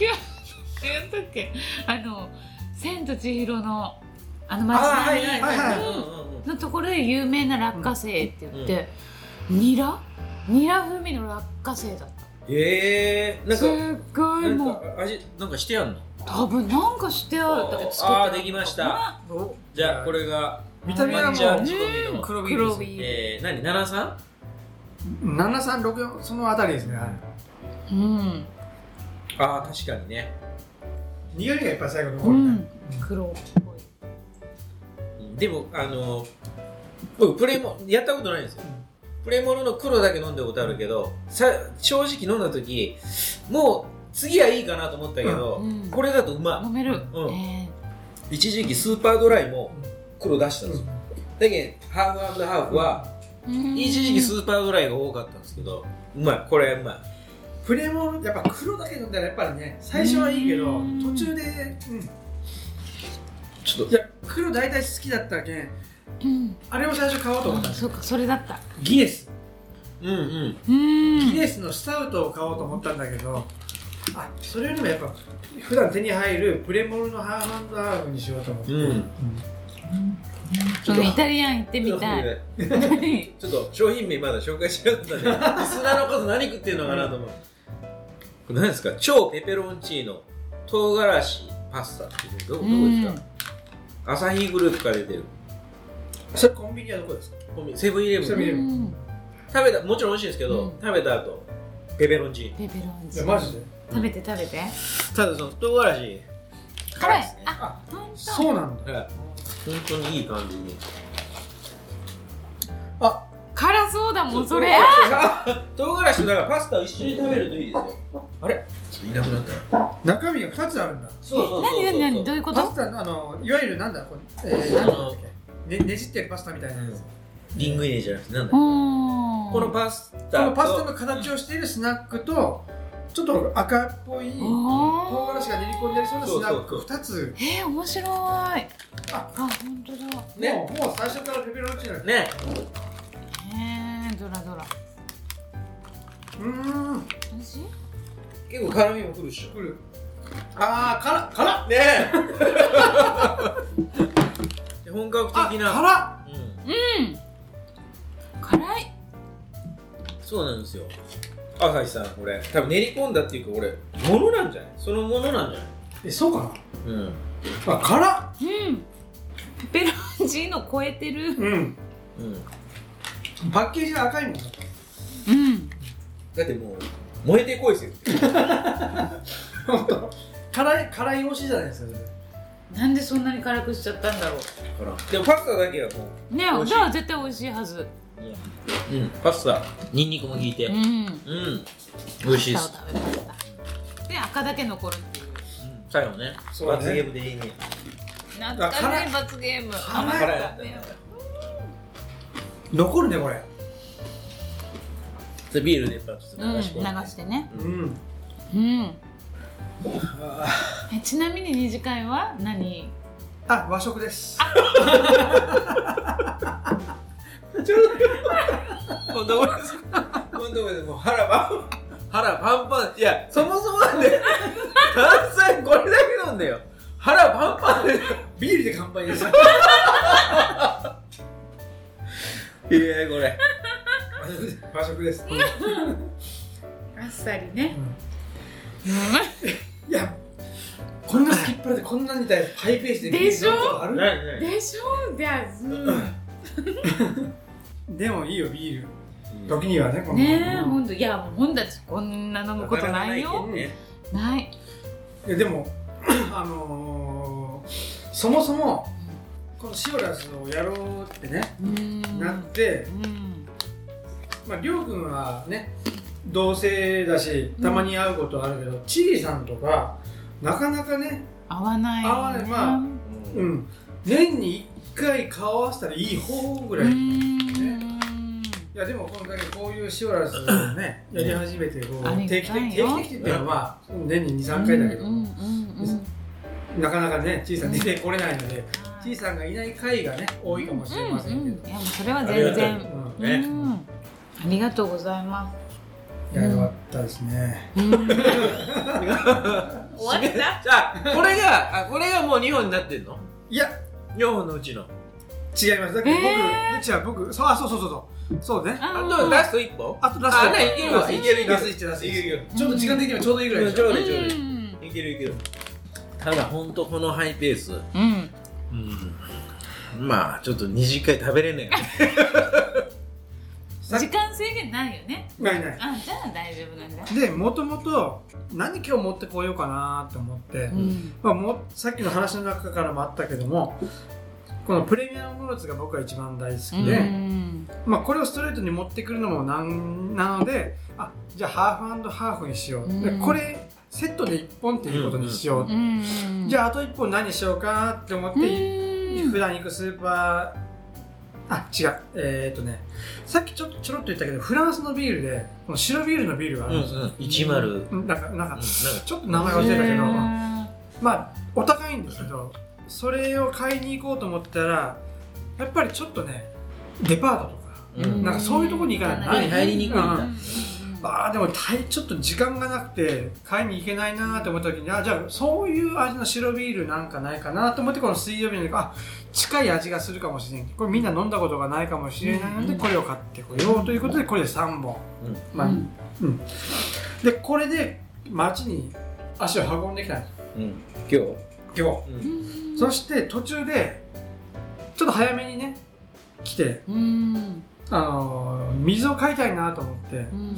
言ったっけあの、千と千尋の、あの町
あーはい
並
はい
み
はいはい
のところで有名な落花生って言って、ニラニラ風味の落花生だっ
えー、
た。
な
すっ
んか、
ごい
なん
もう、
か味、なんかしてやんの
多分なんかしてあるんだけど、
あーできました
お
じゃあ、これが、
見た目はも
抹茶
う
仕込みの、
黒ビール
黒
です
ビール。
えー、何、奈良さ
7364そのあたりですね
うん。
んああ、確かにね。
苦味がいっぱい最後残
う
る
ん。黒っぽい。
でも、あのー、僕プレイも、やったことないんですよ。プレモルの黒だけ飲んだことあるけど、さ正直飲んだ時、もう次はいいかなと思ったけど、
うん
これだとうま
飲める。
うん
え
い。一時期スーパードライも黒出したんですよ。だけど、ハーフハーフは、
ーうん
一時期スーパードライが多かったんですけど、うまい、これうまい。
プレモルやっぱ黒だけ飲んだらやっぱりね最初はいいけど
うん
途中で、うん、い
ちょっと、
や黒大体好きだったけん
うん。
あれを最初買おうと思ったんです
そうか、それだった。
ギネス
うんうん。
うん。
ギネスのスタウトを買おうと思ったんだけどあそれよりもやっぱ普段手に入るプレモルのハーフハーフにしようと思って、
うん。
そのイタリアン行ってみたい。はい
ちょっと商品名まだ紹介しな
[LAUGHS]
かったね。リスナーのこと何食ってんのかなと思う。これ何ですか超ペペロンチーノ、唐辛子パスタっていうどどこですか、アサヒグループから出てる
それコンビニはどこですか
コンビニセブンイレブン
セブンイレブン
うん
食べたもちろん美味しいんですけど、
うん
食べた後ペペロンチーノ
ペペロン
い
チ
やマジで
食べて食べて
ただその唐辛子
辛
辛
い
いですね
あ
あ
本当
そうなんだ
はい本当にいい感じに
辛そうだもんそれ
[LAUGHS] 唐辛子とだからパスタを一緒に食べるといいですよあれちょっといなくなった
中身が2つあるんだ
そうそうそうそう
何何何どういうこ
パ
と
スタのあのいわゆるなんだこれ、えー、なんだっけねねじってるパスタみたいなやつ
リングイネじゃなくてなんだ
おー
このパスタ
ことのパスタの形をしているスナックとちょっと赤っぽい唐
お
辛
ー
子が練り込んでありそうなスナック
そうそ
2つ
えー面白いあ
あ
本当だ
ね
もうもう最初からペペロンチーノ
ね
えードラドラ
うーん
美味しい
結構辛みもくるっしょ
くるあー辛辛
ねえ本格
あ
的な
辛
うん、
うん辛い
そうなんですよ朝日さんこれ多分練り込んだっていうかこれものなんじゃないそのものなんじゃない
えそうか
うん
なあ辛
うんペペロンチーノ超えてる
うん
うん
パッケージが赤いもん
うん
だってもう燃えてこいですよ
本当辛い辛い推しじゃないですかそれ
なんでそんなに辛くしちゃったんだろう
でもパスタだけはも
ね
美
え
味しい
じゃあ絶対美味しいはず
う、うん、パスタニンニクも効いて
う
うん、
ん
美味しいで
パス
す、
タを食べましたで赤だけ残るっていう
うん、最後ね
そうだね
罰ゲームでいいね
懐かしい罰ゲーム
辛い
辛いだったね
残るねこれ
でビールでやっぱちょっと
うん
流
流
し込んで、
してね
うん
うんえちなみに二次会は何
あ和食です
今度俺です今度俺ですもう腹パン腹パンパンいやそもそもなんで炭酸これだけ飲んだよ腹パンパン
ビールで乾杯 [LAUGHS] です
でいやこれ
和食です
あっさりね
いやこんなスキップラでこんなに大ハイペースで
でしょ
ビール飲むことある
何
でしょうだず
でもいいよビール
何
時にはねこの
ねえほんといやもう本たちこんな飲むことないよ
ね
ない
いやでもあのー、そもそもこのシオラスをやろうってね、
うん
なって
うん
まありょうくんはね同性だしたまに会うことあるけど、チリさんとかなかなかね、
合わない
合わないまあうん、年に1回顔合わせたらいい方ぐ
う
らい、い
ん
やでもこのだけこういうシオラス
[COUGHS]
をねやり始めてこう
ありがた
定
い
期
よ
的定期的っていうのは年に23回だけど、
うんうんうんうん
なかなかねチリさん出てこれないので、チリさんがいない回がね多いかもしれませんけど。
うんうんいやもうそれは全
ありが
然
ね
うんありがとうございます
いや、よかったですね。
終わった
じゃあこれがあこれがもう2本になってんの
いや、
4本のうちの
違います。だって僕、
え
違う、僕、そう、あ、そうそうそうそう。そうね。
あ
あ
とラスト1本
あとラスト。
あないけるわいけるいける
ラスト一ラスト一
いけるいける
ちょっと時間的にはちょうどいいぐらいでし
ちょ
ょ
う
う
どいいちょうどいい
ん
いけるいけるただほんとこのハイペース
うん
うんまあちょっと20回食べれないよね
さっき
時間制限ないよね
ないない。
あじゃあ大丈夫なんだ
で、もともと、何今日持ってこようかなと思って、
うん
まあ、もうさっきの話の中からもあったけども、このプレミアムフルーツが僕は一番大好きで、
うん
まあ、これをストレートに持ってくるのもなんなのであじゃあハーフハーフにしよう、
うん
でこれセットで1本っていうことにしよう、
うん
じゃああと1本何しようかって思っ
う
て、
ん
普段行くスーパーあ違うえー、っとねさっきちょっとちょろっと言ったけどフランスのビールでこの白ビールのビールがあ
う
る
んうんん
ですよ、
1 0うん
なんかなん
なん
か
か
ちょっと名前忘れたけど、まあお高いんですけどそれを買いに行こうと思ったらやっぱりちょっとねデパートとか
うん
なんかそういうとこに行かない
と入りにくいんだ
ああでもたいちょっと時間がなくて買いに行けないなーって思った時にあじゃあそういう味の白ビールなんかないかなと思ってこの水曜日にあ近い味がするかもしれんこれみんな飲んだことがないかもしれないので
うん
これを買ってこようということでこれで3本、
うん
まあでこれで街に足を運んできたんです
うん今日
今日
うん
そして途中でちょっと早めにね来て、
うん
あのー水を買いたいなと思って
うん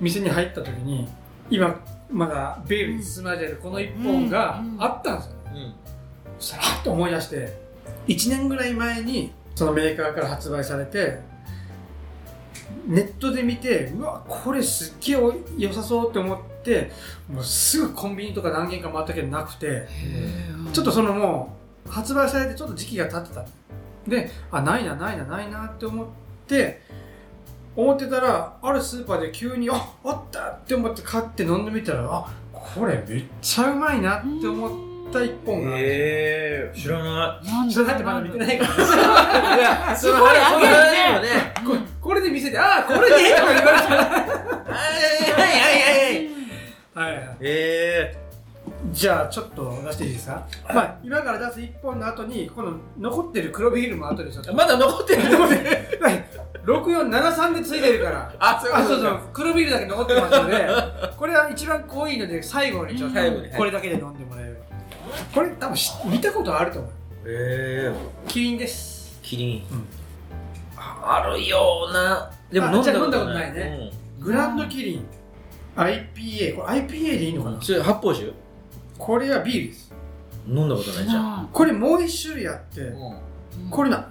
店に入った時に今まだベールに包まれてるこの1本が
うん
あったんですよ、
うん
そしたらあっと思い出して1年ぐらい前にそのメーカーから発売されてネットで見てうわこれすっげえお良さそうって思ってもうすぐコンビニとか何軒か回ったけどなくて、ちょっとそのもう発売されてちょっと時期が経ってたであないなないなないなって思って思ってたらあるスーパーで急にああったって思って買って飲んでみたらあこれめっちゃうまいなって思った一本がある
えー、知らな
なん
それだってまだ見てないから
い。いや、
すご
そ
い
の話もね。
これこれで見せてあこれでとか言われて
はいはいはいはい。
はいはい
え
じゃあちょっと出していいですか、まあ、今から出す一本の後にこの残ってる黒ビールも後でちょっ
ー、 [LAUGHS]
と
まだ残ってると思って。
6473でついてるから
あ、そ
あそうそう黒ビールだけ残ってますの [LAUGHS] でこれは一番濃いので最後にちょっと
最後に
これだけで飲んでもらえればこれ多分し見たことあると思う
えー、
キリンです
キリン
うん。
あるような。でも飲ん
あじ
だことない
ゃあ飲んだことないね。グランドキリン IPA これ IPA でいいのか
うん
な
それ発泡酒
これはビールです
飲んだことないじゃん。
これもう一種類あってこ
れ
れな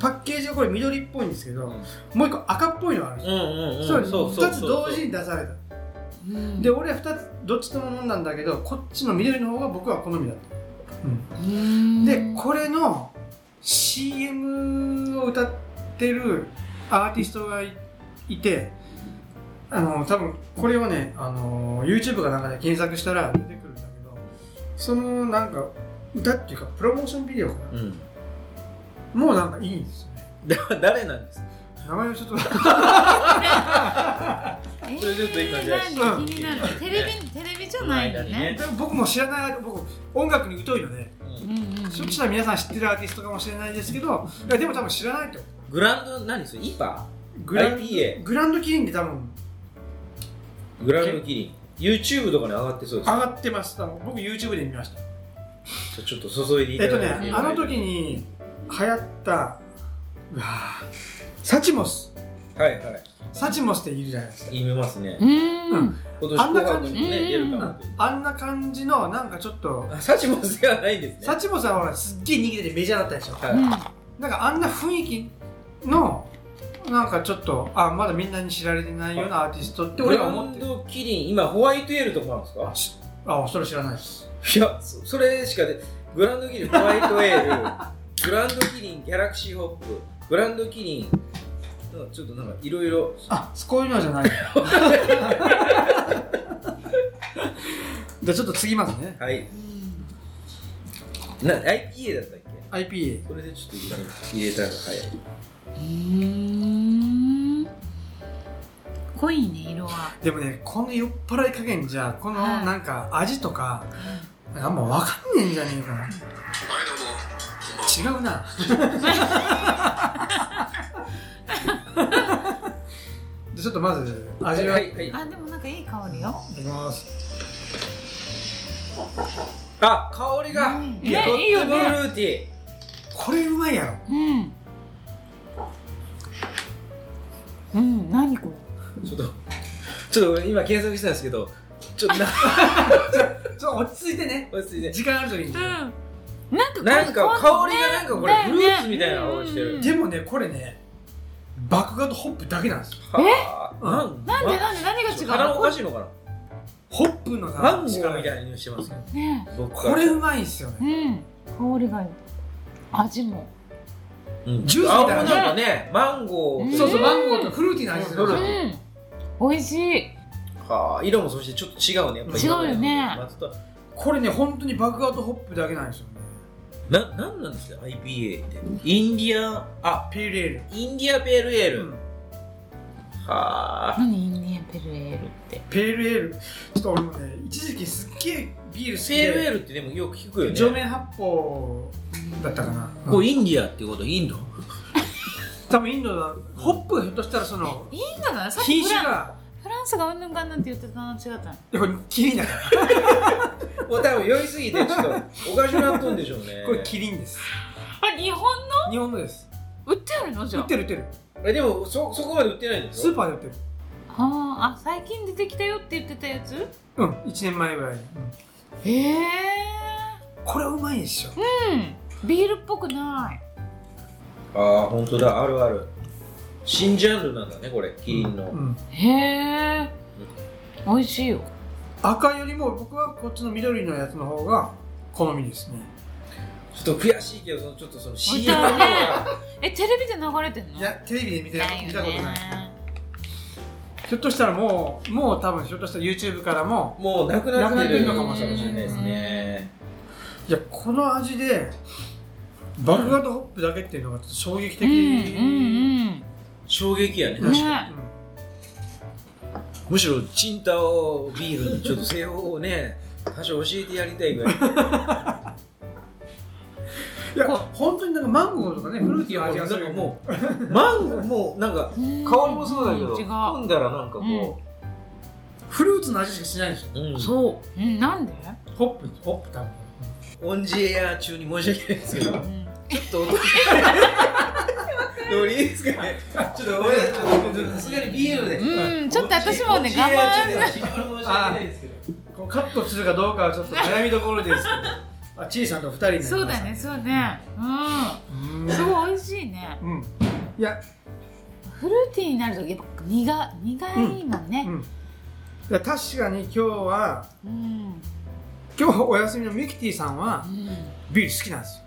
パッケージはこれ緑っぽいんですけど、
うん
もう一個赤っぽいのあるんです
う
よ、
んうんうん。
そう2つ同時に出されたで
で
俺は2つどっちとも飲んだんだけどこっちの緑の方が僕は好みだった、うんでこれの CM を歌ってるアーティストがいいてあの多分これをねあの YouTube かなんかで検索したら出てくるんだけどそのなんか歌っていうかプロモーションビデオかな、
うん。
もうなんかいいんですよね
だ誰なんですか
名前をちょっと [LAUGHS]
れ
それちょっと今じゃあ
気になるテレビテレビじゃないよね
でも僕も知らない僕音楽に疎いので
うんうんうん
そしたら皆さん知ってるアーティストかもしれないですけどいやでも多分知らないと思う
グランド、何それイパ
グラン
IPA
グランドキリンで多分
グランドキリン。YouTube とかに上がってそうで
上がってます多分僕 YouTube で見ました
す。ちょっと注いでい
え
た
っと
だいて。
ね、あの時に流行った、うわぁサチモス。
はいはい。
サチモスっているじゃないですか。
言いますね。
うんうん
今年紅白にもね、出るかもって。
あんな感じの、なんかちょっと、
あサチモスではないんですね。
サチモスはほら、すっげえ逃げててメジャーだったでしょ。
はい
なんかあんな雰囲気の、なんかちょっと、あ、まだみんなに知られてないようなアーティストって
グ
俺
ラ
は
ウ
思っ
ン
てる。
ドキリン、今ホワイトエールとかなんですか
あ、それ知らないです。
いや、そそれしかで、グランドキリン、ホワイトエール、
[LAUGHS]
グランドキリン、ギャラクシーホップ、グランドキリン、なんかちょっとなんかいろいろ、
あ、こういうのじゃない。 [LAUGHS] じゃあちょっと次ますね。
はい、な IPA だったっけ
IPA。
それでちょっと入れ入れたら早い。
うんうん濃いね色は
でもねこの酔っ払い加減じゃこの
はい
なんか味とか、あんま分かんねえんじゃねえかな
はいどうもこんばんは
違うなでちょっとまず味は、、
はいいはい
あでもなんかいい香りよ
ただきます
あ香りが、
うん
いや
ね
とっても
いいよね
フルーテ
これうまいやろ
うんうん何こ
ィーちょっとちょっと俺今検索したんですけどちょっとな
ちょっと落ち着いてね
落
[LAUGHS]
ち着いて
時間ある時に、
れなんか
なんか香りがなんかこれ
だよね
フルーツみたいな香りしてる
うん
でもねこれね麦芽とホップだけなんですよ
はあ
うん
なんで
ま
なんで何が違う
鼻おか
の
しいのかな
ホップのさ
マンゴー
力
みたいな匂いしてますね
ね
僕から
これうまいんすよね
うん香りがいい味も
うん
ジュースみたいな
あもうなんかねマンゴー
うん
そうそう
ま
マンゴーとフルーティーな味する
う
か
ん
ら
うん美味しい
はあ色もそしてちょっと違うねやっぱ
違うよね
まあちょっと
これね本当に麦芽とホップだけなんですよね
ななんなんですか IPA ってインディアンあ
ピールエ
インディアペールエー
ール、
ル、はあ
何インディアンペルエールって
ペールエールちょっと俺もね一時期すっげえビール好き
ペ
で
ールエールってでもよく聞くよ
上
ね
面発泡だったかな、
こうインディアってことイ [LAUGHS] ンド
多分インドだホップがひょっとしたらその
いいんだなさっき
品
フ
種
ラン
が
フランスがうんぬんかんなんて言ってたの違ったの
いやこれキリンだから
もう多分酔いすぎてちょっとおかしくなっとんでしょうね
これキリンです
あ日本の
日本のです
売ってあるのじゃ
売っ
あ
てる売ってる
えでもそそこまで売ってないんです
スー
よ
パーで売ってる
あーあ最近出てきたよって言ってたやつ
うん1年前ぐらいに、うん
へえ
これうまいでしょ
うんビールっぽくない
ああ本当だあるある新ジャンルなんだねこれキリンの、
うん
へえ美味しいよ
赤よりも僕はこっちの緑のやつの方が好みですね
ちょっと悔しいけどそのちょっとその CM
歌
の方
うね
が
えテレビで流れてんの
いやテレビで見て
ない
見
よ
たことない
ね
ひょっとしたらもうもう多分ひょっとしたら YouTube からも
[LAUGHS] もうなくな
な
ってる
くなってるのかもしれない
ですね
いやこの味でバルガードホップだけっていうのがちょっと衝撃的、
うんうん
衝撃やね
うん
確かに
ね
むしろチンタオビールにちょっと製法をね多少教えてやりたいぐらい
いや本当になんかマンゴーとかねフルーティーな味がする
なんかもうマンゴーもうなんか
うん
香りもそうだけ
ん
ど
違
飲んだらなんかこ
フルーツの味しかしないでし
う、うん
うそううんなんで
ょホップホップ多分
オンジエア中に申し訳ないですけどちょっ
うん
と音でもいいですかねちょっとごめんなさいちょっとさすがにビールで
うんちょっと私もね
オンジエ
我
ア中
慢
では非常に申し訳ないですけど
こうカットするかどうかはちょっと悩みどころです
[LAUGHS]
けどあちいさんと二人になりました
そうだねそうねう
うん
んすごい美味しいね
うんいや
フルーティーになるとやっぱ苦苦いもん
う
ね
んいや確かに今日は
うん
今日お休みのミキティさんは
うん
ビール好きなんですよ、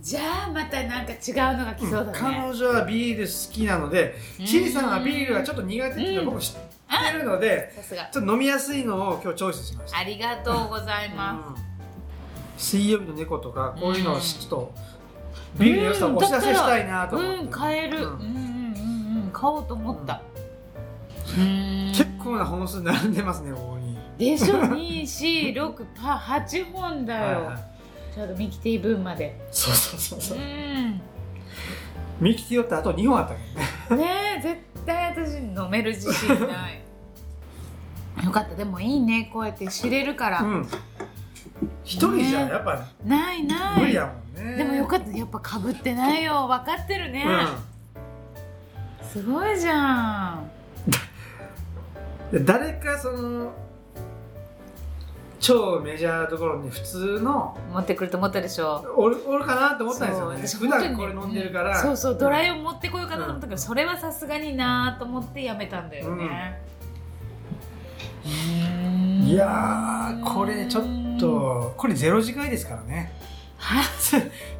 じゃあまたなんか違うのが来そうだ
彼
ね
女はビール好きなので
うん
チリさんはビールがちょっと苦手っていうのは僕知ってるので
さすが
ちょっと飲みやすいのを今日チョイスしました、
ありがとうございま
うん水曜日の猫とかこういうのをちょっとビールの良さをお知らせしたいな
す
と
う
思って、
ん買えるう
うん
うん
ん
うんうん買おうと思ったうん
結構な本数並んでますねここに、
でしょ246パ8本だ
はい
よ、
はい
ちょうどミキティ分まで
そうそうそう
う
そうんミキティよってあと2本あったけどね
ねえ絶対私飲める自信ない
[LAUGHS]
よかったでもいいねこうやって知れるから、
うん一人じゃやっぱ
ないない
無理やもんね、
でもよかったやっぱかぶってないよ分かってるね、すごいじゃん
うん、誰かその超メジャーどころに普通の
持ってくると思ったでしょ
おるおるかなと思ったんですよね
そう
普段これ飲んでるから、
そうそうドライ
を
を持ってこようかなと思ったけど、
うん
それはさすがになーと思ってやめたんだよね、うーん
いやーこれちょっとこれゼロ次回ですからね [LAUGHS]
はい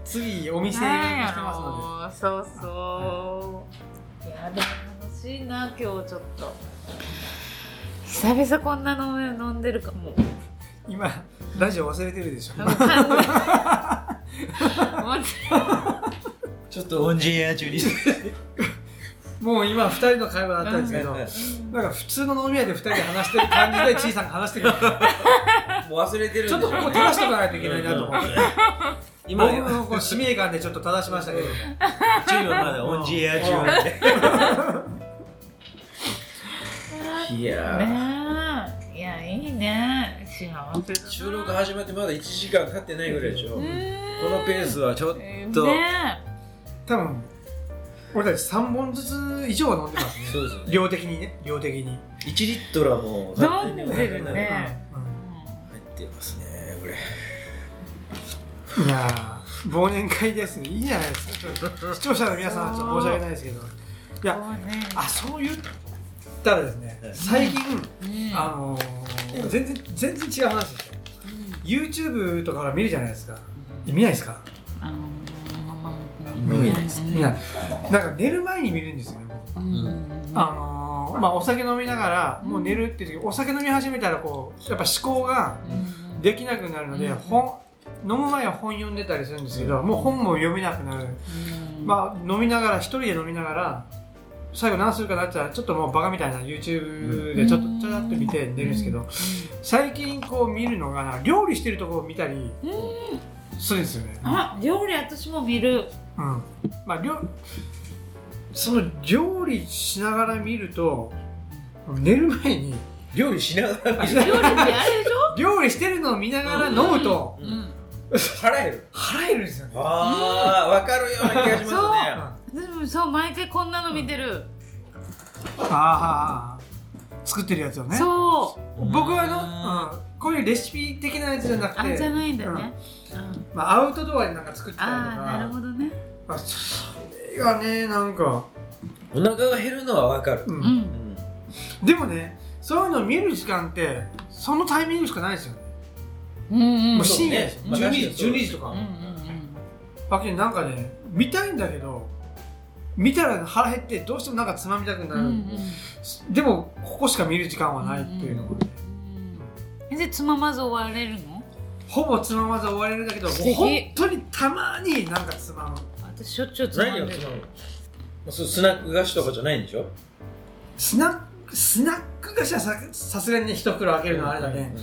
次お店に
なんや
してますの
ろそうそういやでも楽しいな今日ちょっと久々こんなの飲んでる
[LAUGHS]
かも
で今ラジオ忘れてるでしょ
わかんない [LAUGHS] もう
ちょっとオンジエア中に
もう今二人の会話だったんですけど、なんか普通の飲み屋で二人で話してる感じで、ちいさんが話してくる。
もう忘れてるんで
ちょっとここ
こ
照らしておかないといけないなと思って。
今
今
ね
のこう使命感でちょっと正しましたけども。
10秒までオンジエア中なんでいやー
ねえいやいいね幸せだな
収録始まってまだ1時間経ってないぐらいでしょ、
う
こ
ーん
のペースはちょっ
え
と、
ーね
多分、俺たち三本ずつ以上は飲んでますね。
そうですよね
[LAUGHS] 量的にね、量的に。
1リットルはもう
飲んでるね
うん
入ってますねこれ
いやー、忘年会ですね。いいじゃないです [LAUGHS] か。視聴者の皆さんはちょっと申し訳ないですけど。いや、
そうね
あ、そう言ったらですね
う、ん
最近、
うん
あのー、全然、全然違う話ですよ。YouTube とかから見るじゃないですか。見ないですか
あの
見ない
です
見ない。なんか寝る前に見るんですよね。僕あのーまあ、お酒飲みながらもう寝るっていう時お酒飲み始めたらこうやっぱ思考ができなくなるので、
うん
本飲む前は本読んでたりするんですけど、もう本も読めなくなる、まあ、飲みながら一人で飲みながら最後何するかなって言ったらちょっともうバカみたいな YouTube でちょっとちゃらっと見て寝るんですけど最近こう見るのが料理してるとこを見たりするんですよね。
あ料理私も見る
うんまあ、料その料理しながら見ると寝る前に
料理しながら見る
料理ってあれでしょ
料理してるのを見ながら飲むと
うん腹減る
腹減るんですよね。
ああわかるような気がしますね
私もそう毎回こんなの見てる
ああ作ってるやつをね。
そ
僕はあの、うん、こういうレシピ的なやつじゃな
う
く
あ
て、
じゃないんだねうん
まあ、アウトドアでなんか作ってたりとか
ああなるほどね
まあ、それがねなんか、
お腹が減るのはわかる、
うん
うん
でもねそういうのを見る時間ってそのタイミングしかないですよね。
うんうん
もう
う
深夜
そ
で
うね
す、
ま
12時
あ確かにそう
12時とか。
んうん
わけでなんかね見たいんだけど見たら腹減ってどうしてもなんかつまみたくな
うんう
る、
んうん
でもここしか見る時間はないっていうのがね、
うんでつままず終われるの
ほぼつままず終われるんだけども
素
う
敵
本当にたまになんかつまむ
私しょっちゅうつまん
何
で
を
る
つまむのそうスナック菓子とかじゃないんでしょ
スナックスナック菓子はささすがにね一袋開けるのはあれだね、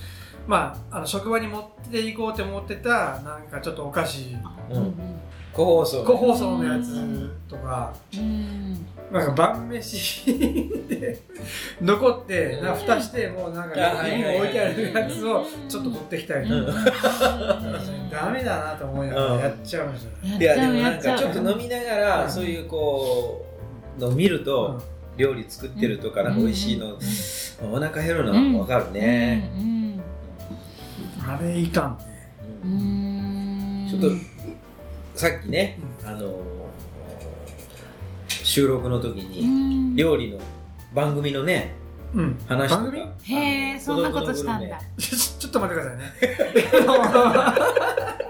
まああの職場に持っていこうって思ってたなんかちょっとお菓子
うんうん個包装
個包装のやつとか
うん
なんか晩飯で残ってなんか蓋してもうなんか家に置いてあるやつをちょっと取ってきたりと [LAUGHS] か。ダメだなと思いながらやっちゃうんですよね。
いやでも
や
な
っ
ん
ちゃ
か
う
ちょっと飲みながら、そういうこうの見る
うん
と、料理作ってるとかなんか美味しいの、お腹減るの
うん
はわかるね、
うん
あれいかんね。
う
うん
ん
ちょっとさっきね、あのー収録の時に
うん
料理の番組のね
うん。
話とか
番組
へえそんなことしたんだ
ちょちょっと待ってください
[LAUGHS]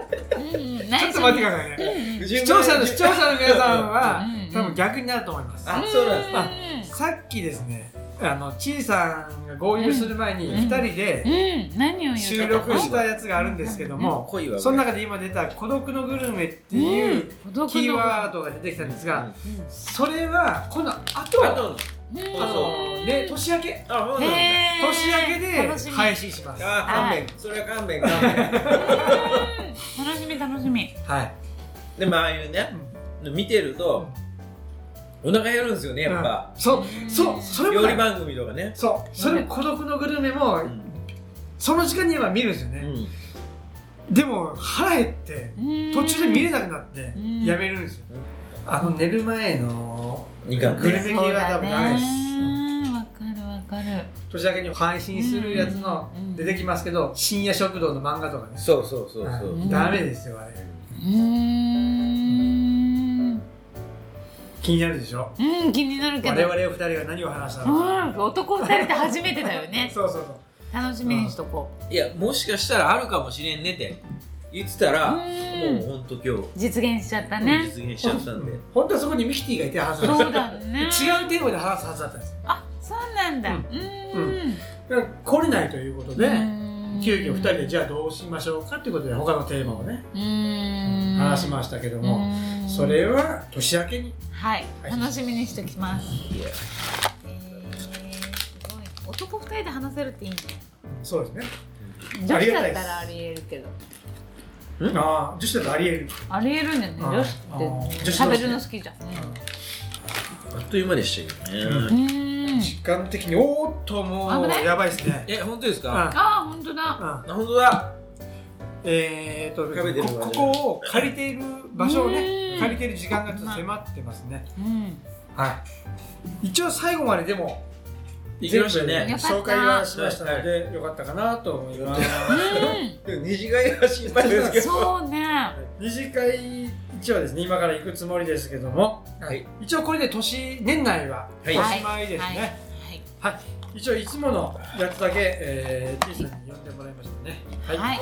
ね。ちょっと待ってくださいね。視聴者の視聴者の皆さんは
うんうん
多分逆になると思います。
あそうなんですか
す
さっきですね、あのちいさんが合流する前に
うん
二人で
うん何を言う
収録したやつがあるんですけども、
恋は
その中で今出た孤独のグルメっていうキーワードが出てきたんですが、それはこの後
あと
あのね年明け
あそうなんだ
年明け
楽し
で
み
配信します。
あ勘弁それは勘弁勘弁
楽しみ楽しみ
はい。
でもああいうね見てるとお腹減るんですよねやっぱ、
そう、そう、それも
料理
ね、
番組とかね、
そう、それも孤独のグルメも
う、ん
その時間には見るんですよね。でも、腹減って、途中で見れなくなって、
ん
やめるんですよ
うん。
あの寝る前の
いかん
グルメ
ね
系は多分ダメです。
わかるわかる
年明けに配信するやつの
うん
出てきますけど、深夜食堂の漫画とかね。
そうそうそうそう、
はい
ん
ダメですよ、あれ。
うん
気になるでしょ
うん気になるけ
我
ど
々二人が何を話したのか。
うん男二人って初めてだよね
[LAUGHS] そうそうそう。
楽しみにしとこ
いやもしかしたらあるかもしれんねって言ってたら
う
も
ん
うほんと今
う実現しちゃったね
日実現しちゃったんで
本当はそこにミキティがいてるはずなんで
そうだね
すよ違うテーマで話すはずだったんですよ
あそうなんだ
う
うんん
だから来れないということで、
うん
急遽2人でじゃあどうしましょうかっていうことで他のテーマをね
うん
話しましたけども
うん
それは年明けに
はい
はい
楽しみにしておきます、
いや
えーすごい男二人で話せるっていいね
そうですねあ
女
り
子
がたい
だ
です
ったらありえるけど
ああ女子だとありえる
ありえるんだよね
あー
女子
あー
っ
女子同
て食
士
べ
で
るの好きじゃん
あっという間でしたけどね、
うんうん
時間的におーっとも
危な
う
い
やばいですね
え本当ですか、
あ
ああ本当だ
あ
あ本当だ
えー、と
食べてる
こここを借りている場所をね
うん
借りている時間がちょっと迫ってますね [LAUGHS]
うん
はい一応最後まででも
行きました
全部
ね
よかった
紹介はしましたのでよかったかなと思います
う
でも [LAUGHS] 二次会が心配ですけ
ん
ど
そうね
二次会一応ですね今から行くつもりですけども、
はい
一応これで年年内は
はい
おしまいですね、
はい
一応いつものやつだけ、えー、T さんに呼んでもらいましたねは、
はいい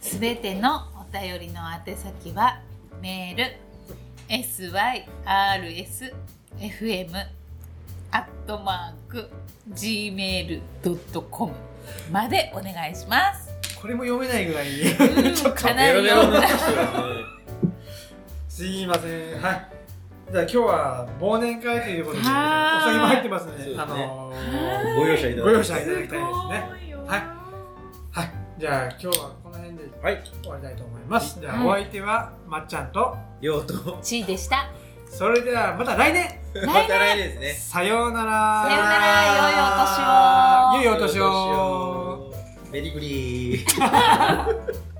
すべ、てのお便りの宛先はメール syrsfm アットマーク gmail.com までお願いします
これも読めないぐらい
う
[LAUGHS]
ん
ちょっと
かな
ベロ
り
ベロに
よ
なってきたよね
すいませんはいじゃあ今日は忘年会ということでお
はーい
酒も入ってますので
そうですね
あの
は
ー
ご容赦いただきます
ご容赦い
す
ただきたいですね
ごいよ
はいはいじゃあ今日はこの辺で
はい
終わりたいと思います、では
はい
お相手はまっちゃんと
ようと
ちいでした
それではまた来年
年
また来年ですね
さようなら
さようなら良いお年を
良いお年を
メリークリー